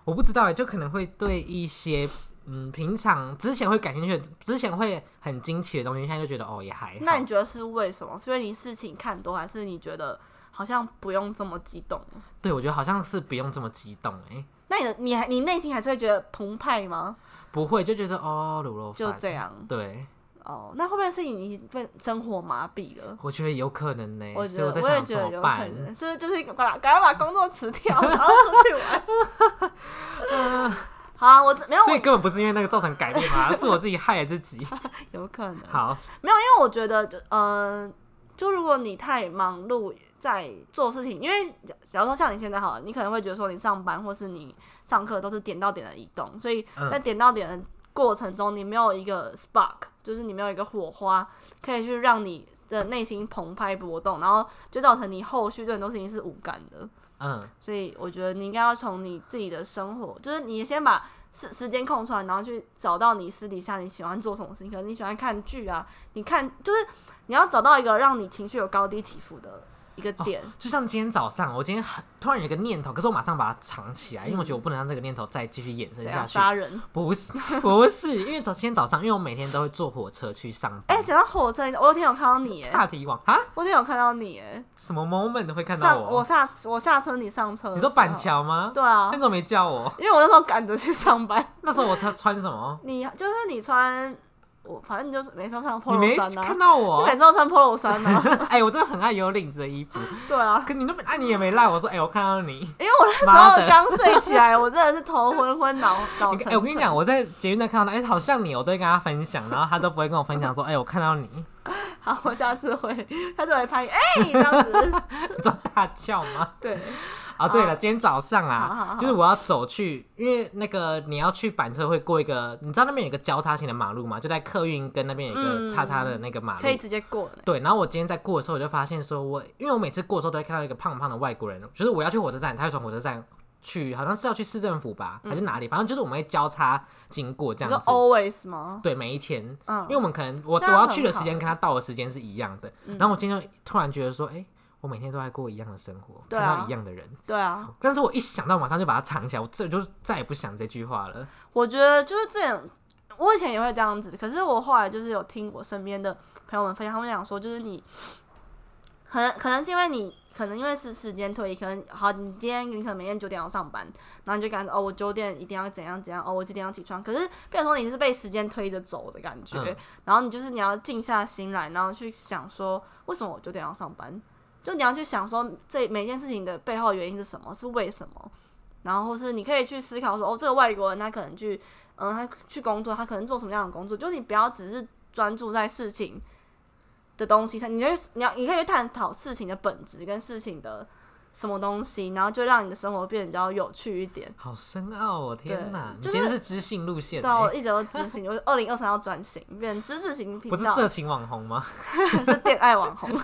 Speaker 2: 我不知道耶，就可能会对一些。嗯，平常之前会感兴趣的，之前会很惊奇的东西，现在就觉得哦也还好。
Speaker 1: 那你觉得是为什么？是因为你事情看多，还是你觉得好像不用这么激动？
Speaker 2: 对我觉得好像是不用这么激动哎、
Speaker 1: 那你的你还你内心还是会觉得澎湃吗？
Speaker 2: 不会就觉得哦卤肉饭
Speaker 1: 就这样
Speaker 2: 对，
Speaker 1: 哦，那会不会是你被生活麻痹了？
Speaker 2: 我觉得有可能呢、
Speaker 1: 我觉
Speaker 2: 所以
Speaker 1: 得
Speaker 2: 哎在
Speaker 1: 我也
Speaker 2: 想
Speaker 1: 觉
Speaker 2: 怎
Speaker 1: 得
Speaker 2: 么
Speaker 1: 有可
Speaker 2: 办。
Speaker 1: 能，是不是就是赶快把赶快把工作辞掉，然后出去玩。 好啊，我没有，
Speaker 2: 所
Speaker 1: 我
Speaker 2: 以根本不是因为那个造成改变 嘛，是我自己害了 自己。
Speaker 1: 有可能。
Speaker 2: 好，
Speaker 1: 没有，因为我觉得，呃，就如果你太忙碌在做事情，因为假假如说像你现在好了，你可能会觉得说你上班或是你上课都是点到点的移动，所以
Speaker 2: 嗯
Speaker 1: 在点到点的过程中，你没有一个 spark，就是你没有一个火花，可以去让你的内心澎湃波动，然后就造成你后续对很多事情是无感的。
Speaker 2: 嗯，
Speaker 1: 所以我觉得你应该要从你自己的生活，就是你先把时时间空出来，然后去找到你私底下你喜欢做什么事情。可能你喜欢看剧啊，你看就是你要找到一个让你情绪有高低起伏的一
Speaker 2: 哦
Speaker 1: 个点。
Speaker 2: 就像今天早上，我今天很突然有一个念头，可是我马上把它藏起来，因为我
Speaker 1: 嗯
Speaker 2: 觉得我不能让这个念头再继续延
Speaker 1: 怎
Speaker 2: 伸下
Speaker 1: 样
Speaker 2: 去。
Speaker 1: 杀人？
Speaker 2: 不是，不是，因为昨天早上，因为我每天都会坐火车去上
Speaker 1: 哎、
Speaker 2: 班。
Speaker 1: 讲到火车，我有天有看到你、哎，
Speaker 2: 岔题网啊，
Speaker 1: 我有天有看到你、哎，
Speaker 2: 什么 moment 会看到
Speaker 1: 上我
Speaker 2: 我？
Speaker 1: 下我下车，你上车。
Speaker 2: 你说板？桥吗？
Speaker 1: 对啊
Speaker 2: 那，你怎么没叫我？
Speaker 1: 因为我那时候赶着去上班。
Speaker 2: 那时候我穿穿什么？
Speaker 1: 你就是你穿我反正你就是每次都穿
Speaker 2: 你没
Speaker 1: polo 衫
Speaker 2: 看
Speaker 1: 啊，
Speaker 2: 到
Speaker 1: 你
Speaker 2: 我？
Speaker 1: 每次都穿 polo 衫 啊，
Speaker 2: 哎、我真的很爱有领子的衣服，
Speaker 1: 对啊，
Speaker 2: 可你都没，哎、你也没赖我说，哎、我看到你。
Speaker 1: 因为我那
Speaker 2: 妈
Speaker 1: 时
Speaker 2: 的
Speaker 1: 候刚睡起来，我真的是头昏昏脑脑
Speaker 2: 你
Speaker 1: 沉
Speaker 2: 哎、
Speaker 1: 沉。
Speaker 2: 我跟你讲，我在捷运站看到他，哎、好像你，我都会跟他分享，然后他都不会跟我分享说，哎、我看到你，
Speaker 1: 好，我下次会，下次会拍你，哎、这样子，
Speaker 2: 你说大叫吗？
Speaker 1: 对，
Speaker 2: 啊， 对
Speaker 1: 好
Speaker 2: 了，今天早上
Speaker 1: 好好
Speaker 2: 啊，
Speaker 1: 好
Speaker 2: 就是我要走去，因为那个你要去板车会过一个，你知道那边有一个交叉型的马路嘛，就在客运跟那边有一个
Speaker 1: 嗯
Speaker 2: 叉叉的那个马路
Speaker 1: 可，以直接过呢。
Speaker 2: 对，然后我今天在过的时候，我就发现说我，因为我每次过的时候都会看到一个胖胖的外国人，就是我要去火车站，他会从火车站去，好像是要去市政府吧，还是哪里，反正就是我们会交叉经过这
Speaker 1: 嗯你
Speaker 2: 样
Speaker 1: 说
Speaker 2: 子。
Speaker 1: always 吗？
Speaker 2: 对，每一天，
Speaker 1: 嗯
Speaker 2: 因为我们可能我我
Speaker 1: 这样
Speaker 2: 要去的
Speaker 1: 很
Speaker 2: 时间
Speaker 1: 好嗯
Speaker 2: 跟他到的时间是一样的，然后我今天就突然觉得说，哎、我每天都在过一样的生活，
Speaker 1: 对
Speaker 2: 看
Speaker 1: 啊
Speaker 2: 到一样的人，
Speaker 1: 对啊，
Speaker 2: 但是我一想到马上就把它藏起来，我这就是再也不想这句话了。
Speaker 1: 我觉得就是这样。我以前也会这样子，可是我后来就是有听我身边的朋友们分享，他们讲说，就是你，可能可能是因为你，可能因为是时间推移，可能好，你今天你可能每天九点要上班，然后你就感觉哦，我九点一定要怎样怎样，哦，我几点要起床。可是变成说你是被时间推着走的感觉，
Speaker 2: 嗯
Speaker 1: 然后你就是你要静下心来，然后去想说，为什么我九点要上班？就你要去想说这每件事情的背后原因是什么，是为什么？然后或是你可以去思考说，哦，这个外国人他可能去，嗯，他去工作，他可能做什么样的工作？就是你不要只是专注在事情的东西上，你就你要你可以去探讨事情的本质跟事情的什么东西，然后就让你的生活变得比较有趣一点。
Speaker 2: 好深奥哦，天
Speaker 1: 对
Speaker 2: 哪！
Speaker 1: 就
Speaker 2: 你今天是知性路线、
Speaker 1: 对啊，我
Speaker 2: 欸，
Speaker 1: 一直都知行，我是二零二三要转型，变成知识型频
Speaker 2: 不是
Speaker 1: 道，
Speaker 2: 色情网红吗？
Speaker 1: 是恋爱网红。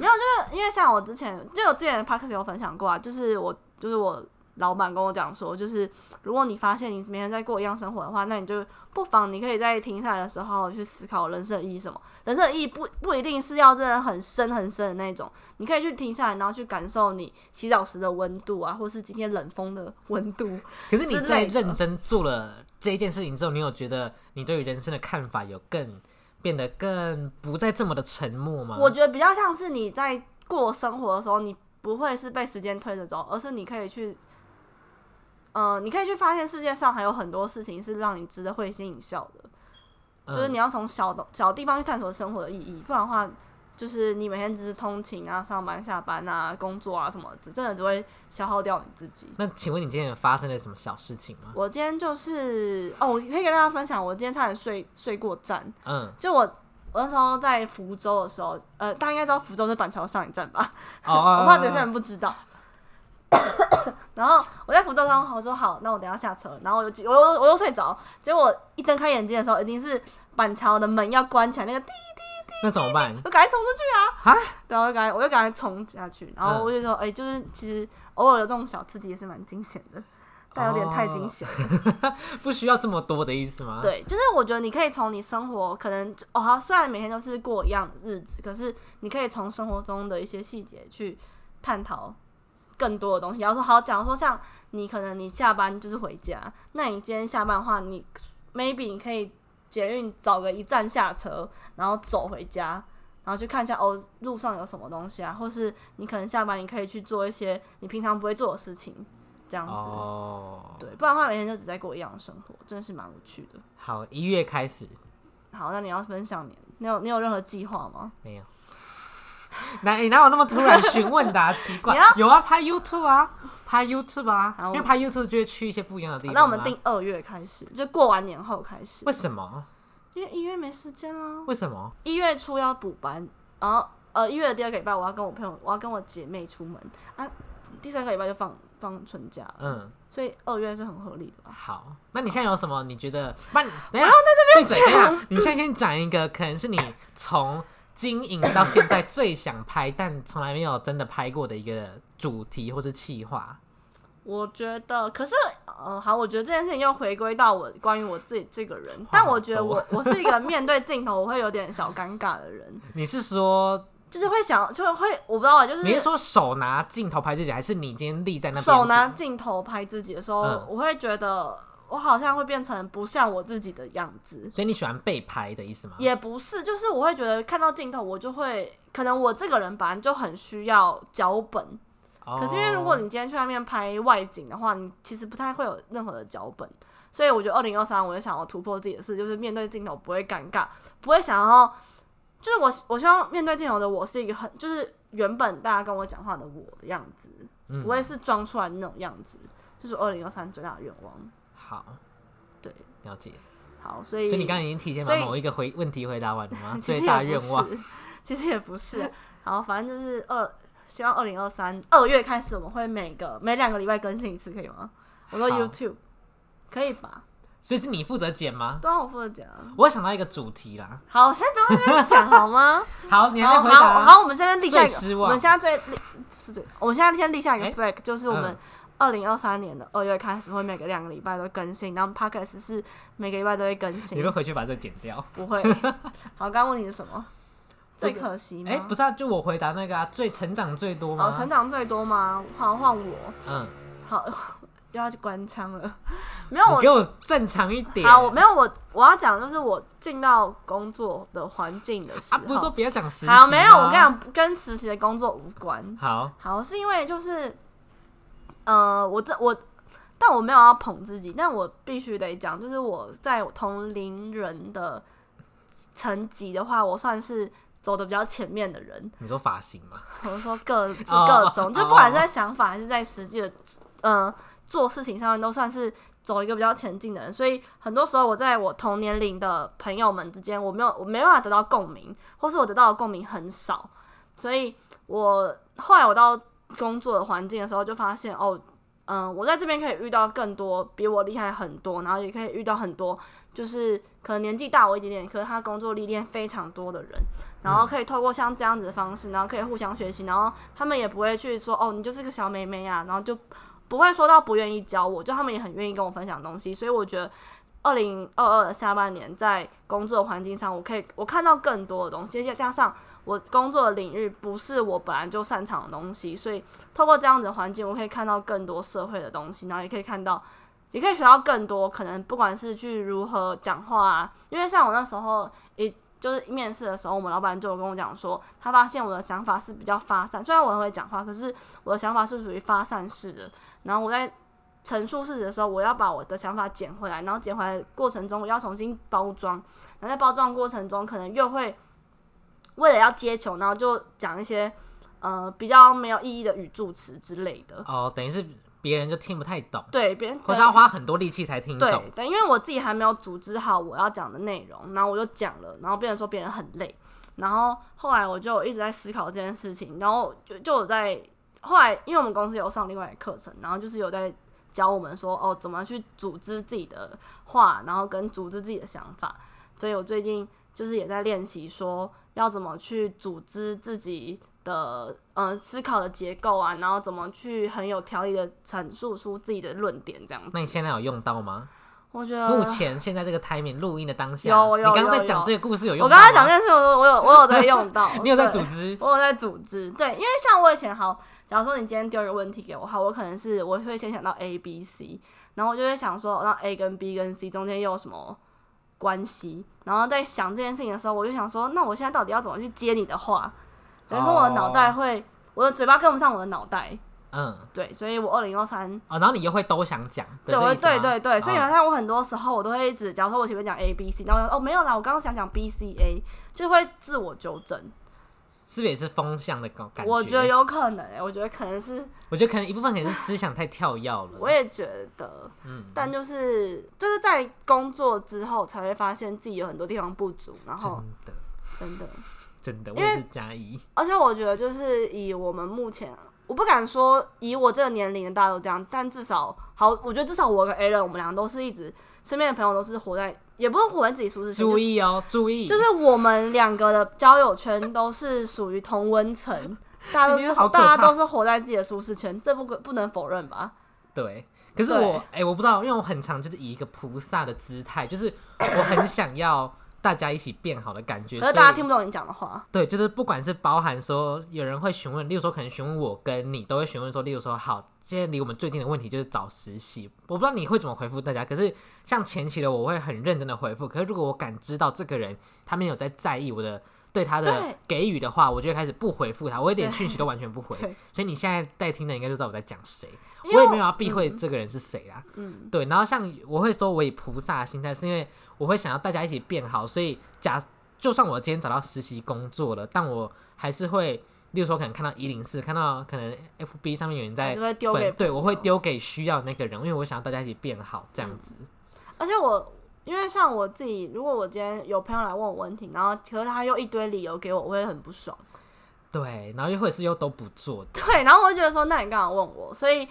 Speaker 1: 没有，就是因为像我之前就有之前的 p o d c a s 有分享过啊，就是我就是我老板跟我讲说，就是如果你发现你每天在过一样生活的话，那你就不妨你可以在停下来的时候去思考人生的意义是什么。人生的意义不不一定是要真的很深很深的那种，你可以去停下来，然后去感受你洗澡时的温度啊，或是今天冷风的温度。
Speaker 2: 可是你
Speaker 1: 之
Speaker 2: 在
Speaker 1: 类的
Speaker 2: 认真做了这一件事情之后，你有觉得你对于人生的看法有更变得更不再这么的沉默吗？
Speaker 1: 我觉得比较像是你在过生活的时候，你不会是被时间推着走，而是你可以去，呃，你可以去发现世界上还有很多事情是让你值得会心一笑的。
Speaker 2: 嗯
Speaker 1: 就是你要从小的小地方去探索生活的意义，不然的话，就是你每天只是通勤啊、上班、下班啊、工作啊什么的，只真的只会消耗掉你自己。
Speaker 2: 那请问你今天有发生了什么小事情吗？
Speaker 1: 我今天就是哦，我可以跟大家分享，我今天差点睡睡过站。
Speaker 2: 嗯，
Speaker 1: 就我我那时候在福州的时候，呃，大家应该知道福州是板桥上一站吧？
Speaker 2: 哦哦，
Speaker 1: 我怕有些
Speaker 2: 哦
Speaker 1: 人不知道。 然后我在福州上，我说好，那我等一下下车，然后我就记我又我又睡着，结果我一睁开眼睛的时候，一定是板桥的门要关起来，那个滴，
Speaker 2: 那怎么 办？
Speaker 1: 我赶快冲出去啊！然后我就赶快我就赶快冲下去，然后
Speaker 2: 嗯
Speaker 1: 我就说，哎、就是其实偶尔有这种小刺激也是蛮惊险的，但有点太惊险了。
Speaker 2: 不需要这么多的意思吗？，
Speaker 1: 对，就是我觉得你可以从你生活可能就哦，好，虽然每天都是过一样的日子，可是你可以从生活中的一些细节去探讨更多的东西。然后说好，假如说像你可能你下班就是回家，那你今天下班的话，你 maybe 你可以捷运找个一站下车，然后走回家。然后去看一下哦，路上有什么东西啊，或是你可能下班你可以去做一些你平常不会做的事情，这样子。
Speaker 2: 哦，
Speaker 1: 对，不然的话每天就只在过一样的生活，真的是蛮无趣的。
Speaker 2: 好，一月开始
Speaker 1: 好，那你要分享你，你有你有任何计划吗？
Speaker 2: 没有。 哪你哪有那么突然询 问的、啊？奇怪
Speaker 1: 你要，
Speaker 2: 有啊，拍 YouTube 啊，拍 YouTube 啊，
Speaker 1: 好
Speaker 2: 因为拍 YouTube 就会去一些不一样的地
Speaker 1: 好
Speaker 2: 方、啊
Speaker 1: 那我们，定二月开始，就过完年后开始
Speaker 2: 为，什么？
Speaker 1: 因为一月没时间啦，
Speaker 2: 为什么？
Speaker 1: 一月初要补班，然后呃一月的第二个礼拜我要跟我朋友，我要跟我姐妹出门啊，第三个礼拜就放放春假了，
Speaker 2: 嗯，
Speaker 1: 所以二月是很合理的吧？
Speaker 2: 好，那你现在有什么？你觉得？那你等一下在这边讲，你现在先讲一个，可能是你从经营到现在最想拍，但从来没有真的拍过的一个主题或是企划。
Speaker 1: 我觉得，可是，呃，好，我觉得这件事情又回归到我关于我自己这个人，但我觉得我我是一个面对镜头我会有点小尴尬的人，
Speaker 2: 你是说
Speaker 1: 就是会想，就会我不知道，啊就是
Speaker 2: 你是说手拿镜头拍自己，还是你今天立在那边
Speaker 1: 手拿镜头拍自己的时候，
Speaker 2: 嗯
Speaker 1: 我会觉得我好像会变成不像我自己的样子，
Speaker 2: 所以你喜欢被拍的意思吗？
Speaker 1: 也不是，就是我会觉得看到镜头，我就会可能我这个人本来就很需要脚本，
Speaker 2: 哦
Speaker 1: 可是因为如果你今天去外面拍外景的话，你其实不太会有任何的脚本，所以我觉得二零二三，我就想要突破自己的事，就是面对镜头不会尴尬，不会想要，就是我我希望面对镜头的我是一个很就是原本大家跟我讲话的我的样子，
Speaker 2: 嗯
Speaker 1: 不会是装出来的那种样子，就是二零二三最大的愿望。
Speaker 2: 好，
Speaker 1: 对，
Speaker 2: 了解。
Speaker 1: 好，所以
Speaker 2: 所以你刚才已经提前把
Speaker 1: 所以
Speaker 2: 某一个回问题回答完了吗？
Speaker 1: 其
Speaker 2: 最
Speaker 1: 实
Speaker 2: 大
Speaker 1: 也
Speaker 2: 愿
Speaker 1: 不是
Speaker 2: 望，
Speaker 1: 其实也不是。好，反正就是二，希望二零二三二月开始，我们会每个每两个礼拜更新一次，可以吗？我说
Speaker 2: 好
Speaker 1: YouTube 可以吧？
Speaker 2: 所以是你负责剪吗？
Speaker 1: 都让我负责讲啊。
Speaker 2: 我想到一个主题啦。
Speaker 1: 好，先不要在那边讲好吗？
Speaker 2: 好， 你还
Speaker 1: 好
Speaker 2: 没回
Speaker 1: 好
Speaker 2: 答。啊
Speaker 1: 好，我们现在立下一
Speaker 2: 最失
Speaker 1: 个，我
Speaker 2: 望
Speaker 1: 们现在最立是对，我们现在先立下一个
Speaker 2: 哎
Speaker 1: flag，、就是我们
Speaker 2: 嗯
Speaker 1: 二零二三年的二月开始会每个两个礼拜都更新，然后 Podcast 是每个礼拜都会更
Speaker 2: 你会
Speaker 1: 新，
Speaker 2: 回去把这个剪掉？
Speaker 1: 不 会。好，刚刚问你是什么？最
Speaker 2: 不是
Speaker 1: 可惜吗？
Speaker 2: 哎，不是啊，就我回答那个啊，最成长最多吗？
Speaker 1: 哦，成长最多吗？好，换我，
Speaker 2: 嗯，
Speaker 1: 好， 又要去关枪了。 没有我
Speaker 2: 你给我正常一点。
Speaker 1: 好，我没有我，我要讲就是我进到工作的环境的时
Speaker 2: 啊，
Speaker 1: 候，
Speaker 2: 不是说不要讲实习
Speaker 1: 好没有，
Speaker 2: 吗
Speaker 1: 我跟你讲，跟实习的工作无关。
Speaker 2: 好，
Speaker 1: 好，是因为就是，呃，我这我，但我没有要捧自己，但我必须得讲，就是我在同龄人的层级的话，我算是走的比较前面的人。
Speaker 2: 你说发型吗？
Speaker 1: 我说各是
Speaker 2: 哦
Speaker 1: 各种，
Speaker 2: 哦
Speaker 1: 就不管是在想法还是在实际的，呃，做事情上面，都算是走一个比较前进的人。所以很多时候，我在我同年龄的朋友们之间，我没有我没办法得到共鸣，或是我得到的共鸣很少。所以我后来我到工作的环境的时候，就发现哦。嗯，我在这边可以遇到更多比我厉害很多，然后也可以遇到很多就是可能年纪大我一点点，可是他工作历练非常多的人，然后可以透过像这样子的方式，然后可以互相学习，然后他们也不会去说哦，你就是个小妹妹啊，然后就不会说到不愿意教我，就他们也很愿意跟我分享东西，所以我觉得。二零二二的下半年，在工作环境上，我可以我看到更多的东西，再加上我工作的领域不是我本来就擅长的东西，所以透过这样子的环境，我可以看到更多社会的东西，然后也可以看到，也可以学到更多，可能不管是去如何讲话啊，因为像我那时候也就是面试的时候，我们老板就有跟我讲说，他发现我的想法是比较发散，虽然我很会讲话，可是我的想法是属于发散式的。然后我在陈述事实的时候，我要把我的想法捡回来，然后捡回来的过程中，我要重新包装。然后在包装的过程中，可能又会为了要接球，然后就讲一些呃比较没有意义的语助词之类的。
Speaker 2: 哦，等于是别人就听不太懂，
Speaker 1: 对，别人
Speaker 2: 或是要花很多力气才听懂
Speaker 1: 对。对，因为我自己还没有组织好我要讲的内容，然后我就讲了，然后变成说别人很累，然后后来我就一直在思考这件事情，然后就就有在后来，因为我们公司有上另外的课程，然后就是有在教我们说哦怎么去组织自己的话，然后跟组织自己的想法，所以我最近就是也在练习说要怎么去组织自己。的呃思考的结构啊，然后怎么去很有条理的阐述出自己的论点，这样子。
Speaker 2: 那你现在有用到吗？
Speaker 1: 我觉得
Speaker 2: 目前现在这个 timing 录音的当下，
Speaker 1: 呃有有
Speaker 2: 你刚刚
Speaker 1: 有
Speaker 2: 在
Speaker 1: 有
Speaker 2: 讲这个故事有用
Speaker 1: 我
Speaker 2: 到
Speaker 1: 刚
Speaker 2: 吗？
Speaker 1: 刚讲这件事，我有我有我有在用到
Speaker 2: ，你有在
Speaker 1: 对
Speaker 2: 组织？
Speaker 1: 我有在组织，对，因为像我以前好，假如说你今天丢一个问题给我，好，我可能是我会先想到 A、B、C，然后我就会想说，那 A 跟 B 跟 C 中间又有什么关系？然后在想这件事情的时候，我就想说，那我现在到底要怎么去接你的话？等于说我的脑袋
Speaker 2: 哦
Speaker 1: 会，我的嘴巴跟不上我的脑袋，
Speaker 2: 嗯，
Speaker 1: 对，所以我二零二三
Speaker 2: 哦，然后你又会都想讲，
Speaker 1: 对，
Speaker 2: 这
Speaker 1: 我
Speaker 2: 意思吗
Speaker 1: 对对对，所以好
Speaker 2: 哦
Speaker 1: 像我很多时候我都会一直，假如说我前面讲 A B C，然后我就哦没有啦，我刚刚想讲 B C A，就会自我纠正。
Speaker 2: 是不是也是风向的感感
Speaker 1: 我觉得，有可能、欸，我觉得可能是，
Speaker 2: 我觉得可能一部分可能是思想太跳跃了。
Speaker 1: 我也觉得，
Speaker 2: 嗯，
Speaker 1: 但就是就是在工作之后才会发现自己有很多地方不足，然
Speaker 2: 真
Speaker 1: 后
Speaker 2: 的
Speaker 1: 真的，
Speaker 2: 真的，
Speaker 1: 哦
Speaker 2: 我
Speaker 1: 因为
Speaker 2: 也是加一，
Speaker 1: 而且我觉得就是以我们目前。我不敢说以我这个年龄的大家都这样，但至少好，我觉得至少我跟 a l a n 我们俩都是一直身边的朋友都是活在，也不是活在自己舒适圈，
Speaker 2: 注意哦，注意，
Speaker 1: 就是我们两个的交友圈都是属于同温 层，大家都
Speaker 2: 今
Speaker 1: 是
Speaker 2: 天好可怕
Speaker 1: 大家都是活在自己的舒适圈，这不可不能否认吧？
Speaker 2: 对。可是
Speaker 1: 对
Speaker 2: 我，哎、我不知道，因为我很常就是以一个菩萨的姿态，就是我很想要大家一起变好的感觉。
Speaker 1: 可是大家
Speaker 2: 所以
Speaker 1: 听不懂你讲的话，
Speaker 2: 对，就是不管是包含说有人会询问，例如说可能询问我跟你都会询问说，例如说好，现在离我们最近的问题就是找实习，我不知道你会怎么回复大家，可是像前期的我会很认真的回复，可是如果我感知到这个人他没有在在意我的对他的
Speaker 1: 对
Speaker 2: 给予的话，我就会开始不回复他，我一点
Speaker 1: 对
Speaker 2: 讯息都完全不回
Speaker 1: 对。
Speaker 2: 所以你现在在听的应该就知道我在讲谁，
Speaker 1: 因
Speaker 2: 我
Speaker 1: 为
Speaker 2: 也没有要避讳这个人是谁啦。
Speaker 1: 嗯，
Speaker 2: 对，然后像我会说我以菩萨的心态，是因为我会想要大家一起变好，所以假就算我今天找到实习工作了，但我还是会，例如说可能看到一零四，看到可能 FB 上面有人
Speaker 1: 我
Speaker 2: 在
Speaker 1: 哎啊就会丢
Speaker 2: 分
Speaker 1: 给
Speaker 2: 对我
Speaker 1: 朋
Speaker 2: 会
Speaker 1: 友嗯
Speaker 2: 丢给需要那个人，因为我想要大家一起变好这样子。
Speaker 1: 而且我因为像我自己，如果我今天有朋友来问我问题，然后可是他又一堆理由给我，我会很不爽。
Speaker 2: 对，然后又或者是又都不做的，
Speaker 1: 对，然后我就觉得说，那你干嘛问我？所以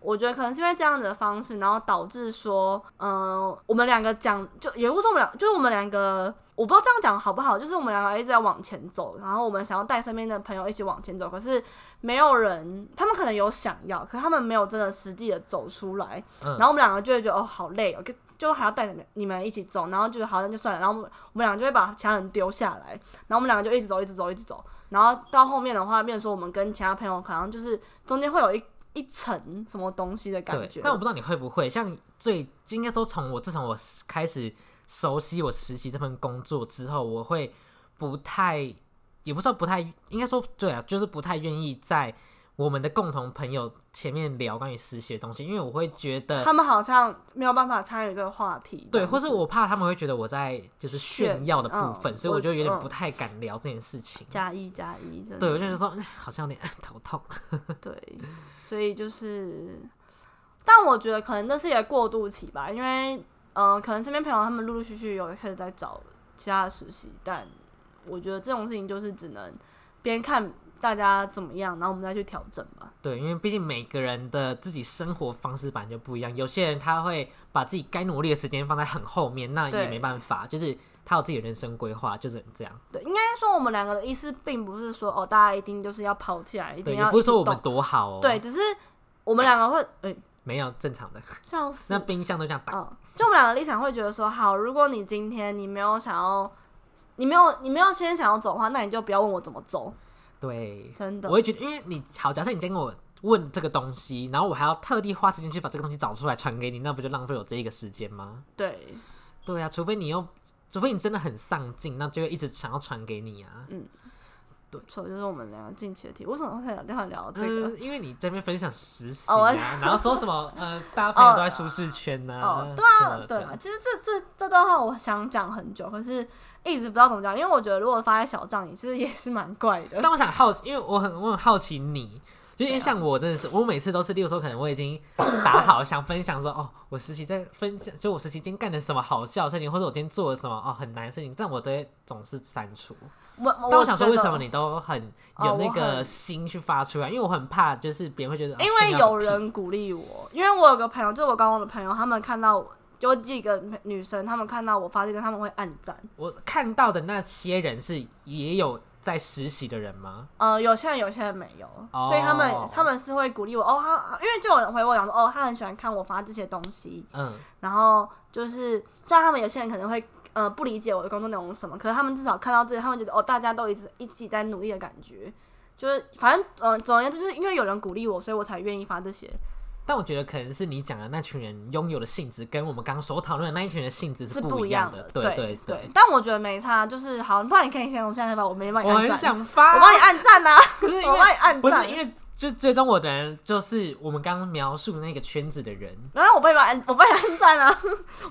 Speaker 1: 我觉得可能是因为这样子的方式，然后导致说，嗯、我们两个讲就也不是我们两，就是我们两个，我不知道这样讲好不好，就是我们两个一直在往前走，然后我们想要带身边的朋友一起往前走，可是没有人，他们可能有想要，可他们没有真的实际的走出来，
Speaker 2: 嗯
Speaker 1: 然后我们两个就会觉得哦，好累哦，就就还要带你们你们一起走，然后就好像就算了，然后我们我们两个就会把其他人丢下来，然后我们两个就一直走，一直走，一直走，然后到后面的话，变成说我们跟其他朋友可能就是中间会有一一层什么东西的感
Speaker 2: 对
Speaker 1: 觉，。
Speaker 2: 但我不知道你会不会，像最就应该说从我自从我开始熟悉我实习这份工作之后，我会不太，也不是说不太，应该说对啊，就是不太愿意在我们的共同朋友前面聊关于实习的东西，因为我会觉得
Speaker 1: 他们好像没有办法参与这个话题，
Speaker 2: 对，或是我怕他们会觉得我在就是炫
Speaker 1: 炫
Speaker 2: 耀的部
Speaker 1: 嗯
Speaker 2: 分，所以
Speaker 1: 我
Speaker 2: 我就有点
Speaker 1: 嗯
Speaker 2: 不太敢聊这件事情。
Speaker 1: 加一加一，真的
Speaker 2: 对，我就觉得说嗯好像有点 头痛。
Speaker 1: 对，所以就是，但我觉得可能那是一个过渡期吧，因为嗯、呃可能身边朋友他们陆陆续续有开始在找其他的实习，但我觉得这种事情就是只能边看大家怎么样，然后我们再去调整吧。
Speaker 2: 对，因为毕竟每个人的自己生活方式本来就不一样，有些人他会把自己该努力的时间放在很后面，那也
Speaker 1: 对
Speaker 2: 没办法，就是他有自己的人生规划，就只能这样。
Speaker 1: 对，应该说我们两个的意思并不是说哦，大家一定就是要跑起来，一
Speaker 2: 对，
Speaker 1: 定
Speaker 2: 也
Speaker 1: 要
Speaker 2: 不是说
Speaker 1: 一
Speaker 2: 我
Speaker 1: 起
Speaker 2: 们
Speaker 1: 动
Speaker 2: 多好哦，
Speaker 1: 对，，只是我们两个会哎、
Speaker 2: 没有正常的，
Speaker 1: 笑死
Speaker 2: 那冰箱都这样打。
Speaker 1: 嗯，就我们两个立场会觉得说，好，如果你今天你没有想要，你没有你没有先想要走的话，那你就不要问我怎么走，
Speaker 2: 对，
Speaker 1: 真的
Speaker 2: 我。会觉得，因为你好，假设你今天跟我问这个东西，然后我还要特地花时间去把这个东西找出来传给你，那不就浪费我这一个时间吗？
Speaker 1: 对，
Speaker 2: 对啊，除非你又，除非你真的很上进，那就会一直想要传给你啊。
Speaker 1: 所以就是我们两个近期的题，为什么会聊聊聊这个？
Speaker 2: 嗯，因为你这边分享实习、啊
Speaker 1: 哦我
Speaker 2: 然后说什 么呃，大家朋友都在舒适圈呢、
Speaker 1: 哦，对
Speaker 2: 什
Speaker 1: 啊
Speaker 2: 么，
Speaker 1: 对
Speaker 2: 的
Speaker 1: 啊，其实这这这段话我想讲很久，可是一直不知道怎么讲，因为我觉得如果发在小账里，其实也是蛮怪的。
Speaker 2: 但我想好奇，因为我很我很好奇你，就因
Speaker 1: 对
Speaker 2: 为
Speaker 1: 啊
Speaker 2: 像我真的是，我每次都是，例如说可能我已 经打好想分享说哦，我实习在分享，就我实习今天干了什么好笑的事情，或者我今天做了什么哦很难的事情，但我都会总是删除。
Speaker 1: 我
Speaker 2: 但
Speaker 1: 哦我
Speaker 2: 我想说，
Speaker 1: 觉
Speaker 2: 为
Speaker 1: 得
Speaker 2: 什么你都很
Speaker 1: 哦
Speaker 2: 有那
Speaker 1: 我
Speaker 2: 个
Speaker 1: 很
Speaker 2: 心去发出来？因为我很怕就是别人会觉得，哦
Speaker 1: 因
Speaker 2: 炫
Speaker 1: 为
Speaker 2: 耀个
Speaker 1: 有
Speaker 2: 屁
Speaker 1: 人鼓励我，因为我有个朋友，就是我高中的朋友，他们看到我，就几个女生，他们看到我发这个，他们会暗赞。
Speaker 2: 我看到的那些人是也有在实习的人吗？
Speaker 1: 呃，有些人有些人没有
Speaker 2: 哦
Speaker 1: 所以他们他们是会鼓励我哦，他因为就有人回我讲说哦，他很喜欢看我发这些东西，
Speaker 2: 嗯，
Speaker 1: 然后就是虽然他们有些人可能会呃不理解我的工作内容是什么，可是他们至少看到这些，他们觉得哦，大家都一直一起在努力的感觉，就是反正呃总而言之，就是因为有人鼓励我，所以我才愿意发这些，
Speaker 2: 但我觉得可能是你讲的那群人拥有的性质，跟我们刚刚所讨论的那一群人的性质
Speaker 1: 是
Speaker 2: 不
Speaker 1: 一
Speaker 2: 样
Speaker 1: 的，
Speaker 2: 对
Speaker 1: 对
Speaker 2: 对
Speaker 1: 但我觉得没差，就是好，不然你可以先从现在吧，我没帮你
Speaker 2: 我很
Speaker 1: 按赞，
Speaker 2: 想
Speaker 1: 我帮
Speaker 2: 发，
Speaker 1: 你按赞呐、
Speaker 2: 不是因
Speaker 1: 我
Speaker 2: 为
Speaker 1: 帮你按
Speaker 2: 不
Speaker 1: 赞
Speaker 2: 是因。为就追踪我的人，就是我们刚刚描述那个圈子的人。
Speaker 1: 然后我被你按，我被你按赞啊！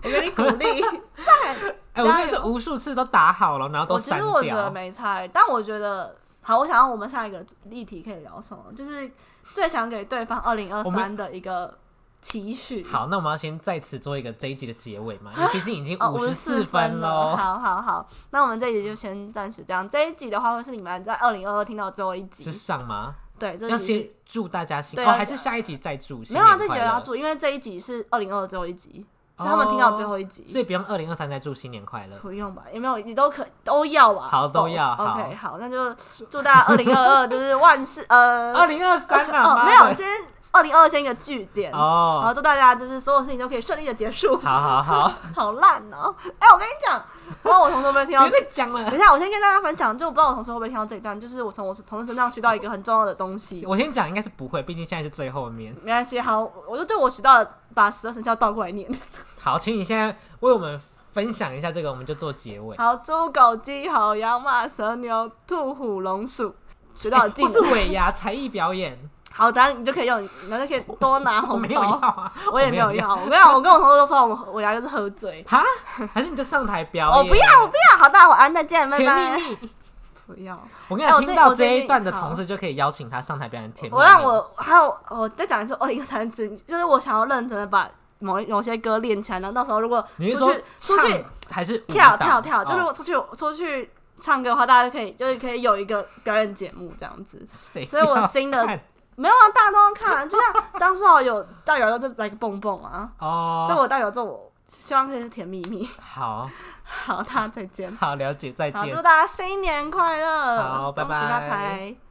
Speaker 1: 我给你鼓 励，
Speaker 2: 哎、我真的
Speaker 1: 加油
Speaker 2: 是无数次都打好了，然后都
Speaker 1: 我其
Speaker 2: 删
Speaker 1: 实
Speaker 2: 掉。
Speaker 1: 我觉得没差欸、但我觉得好，我想要我们下一个议题可以聊什么？就是最想给对方二零二
Speaker 2: 我
Speaker 1: 三的一个期许。
Speaker 2: 好，那我们要先在此做一个这一集的结尾 嘛，因为毕竟已经
Speaker 1: 哦，
Speaker 2: 五十
Speaker 1: 四
Speaker 2: 四分
Speaker 1: 了。
Speaker 2: 喽，
Speaker 1: 好好好，那我们这一集就先暂时这样。这一集的话，会是你们在二零二二听到的最后一
Speaker 2: 是
Speaker 1: 集。
Speaker 2: 上吗？
Speaker 1: 对，这
Speaker 2: 要
Speaker 1: 一集
Speaker 2: 先
Speaker 1: 是
Speaker 2: 祝大家新
Speaker 1: 对
Speaker 2: 哦，
Speaker 1: 要
Speaker 2: 还是下一集再祝？新
Speaker 1: 没有啊，
Speaker 2: 年
Speaker 1: 这一集
Speaker 2: 快
Speaker 1: 我
Speaker 2: 乐哦
Speaker 1: 要做，因为这一集是二零二的最后一集，是他们听到的最后一
Speaker 2: 所
Speaker 1: 集。
Speaker 2: 以不用二零二三再祝新年快 乐。
Speaker 1: 不用吧，有没有你都可都要吧？
Speaker 2: 好都要好
Speaker 1: OK，好，那就祝大家二零二二就是万事呃
Speaker 2: 二零二三 啊，
Speaker 1: 哦，
Speaker 2: 妈
Speaker 1: 没有，
Speaker 2: 的
Speaker 1: 先二零二先一个据点，然后
Speaker 2: 哦，
Speaker 1: 祝大家就是所有事情都可以顺利的结束。
Speaker 2: 好好好，
Speaker 1: 好烂哦！哎、我跟你讲，不知道我同事会 不会听到
Speaker 2: 别。 再讲了
Speaker 1: 等。一下，我先跟大家分享，就我不知道我同事会不会听到这一段，就是我从我同事身上学到一个很重要的东西。
Speaker 2: 我先讲，应该是不会，毕竟现在是最后面。
Speaker 1: 没关 系，好，我就对我学到的，把十二生肖倒过来念。
Speaker 2: 好，请你现在为我们分享一下这个，我们就做结尾。
Speaker 1: 好，猪、狗、鸡、猴、羊、马、蛇、牛、兔、虎、龙、鼠，学到
Speaker 2: 欸
Speaker 1: 了技
Speaker 2: 或
Speaker 1: 能。
Speaker 2: 是尾牙才艺表演，
Speaker 1: 好，当然你就可以用，你就可以多拿
Speaker 2: 我
Speaker 1: 红
Speaker 2: 没有要
Speaker 1: 包。
Speaker 2: 啊，
Speaker 1: 我也没有
Speaker 2: 我没有
Speaker 1: 要，我跟你讲，我跟我同事都说我们我牙就是喝 醉。
Speaker 2: 哈，还是你就上台表演？
Speaker 1: 我不要，我不要。好，大家晚安，再见，拜
Speaker 2: 甜
Speaker 1: 拜。
Speaker 2: 蜜蜜。
Speaker 1: 不要。
Speaker 2: 我跟你
Speaker 1: 哎我
Speaker 2: 讲，
Speaker 1: 最
Speaker 2: 听到
Speaker 1: 我
Speaker 2: 这
Speaker 1: 最
Speaker 2: 一
Speaker 1: 近
Speaker 2: 段的
Speaker 1: 好
Speaker 2: 同事就可以邀请他上台表演甜蜜蜜。
Speaker 1: 我让我还有我再讲一次二零三次，就是我想要认真的把某某些歌练起来，然后到时候如果
Speaker 2: 你是
Speaker 1: 出
Speaker 2: 说
Speaker 1: 去出去
Speaker 2: 唱还是舞
Speaker 1: 跳
Speaker 2: 蹈
Speaker 1: 跳跳，就是
Speaker 2: 哦
Speaker 1: 我出去出去唱歌的话，大家就可以就是可以有一个表演节目这样子。
Speaker 2: 谁
Speaker 1: 所以我
Speaker 2: 要
Speaker 1: 新的
Speaker 2: 看
Speaker 1: 没有啊，大家都要看，就像张书豪有到有之后就来个蹦蹦啊，所以
Speaker 2: 哦，
Speaker 1: 我到有之后我希望可以是甜蜜蜜。
Speaker 2: 好
Speaker 1: 好，大家再见。
Speaker 2: 好了解，再
Speaker 1: 好，
Speaker 2: 见
Speaker 1: 祝。大家新年快乐，
Speaker 2: 好拜
Speaker 1: 恭喜发
Speaker 2: 拜
Speaker 1: 财。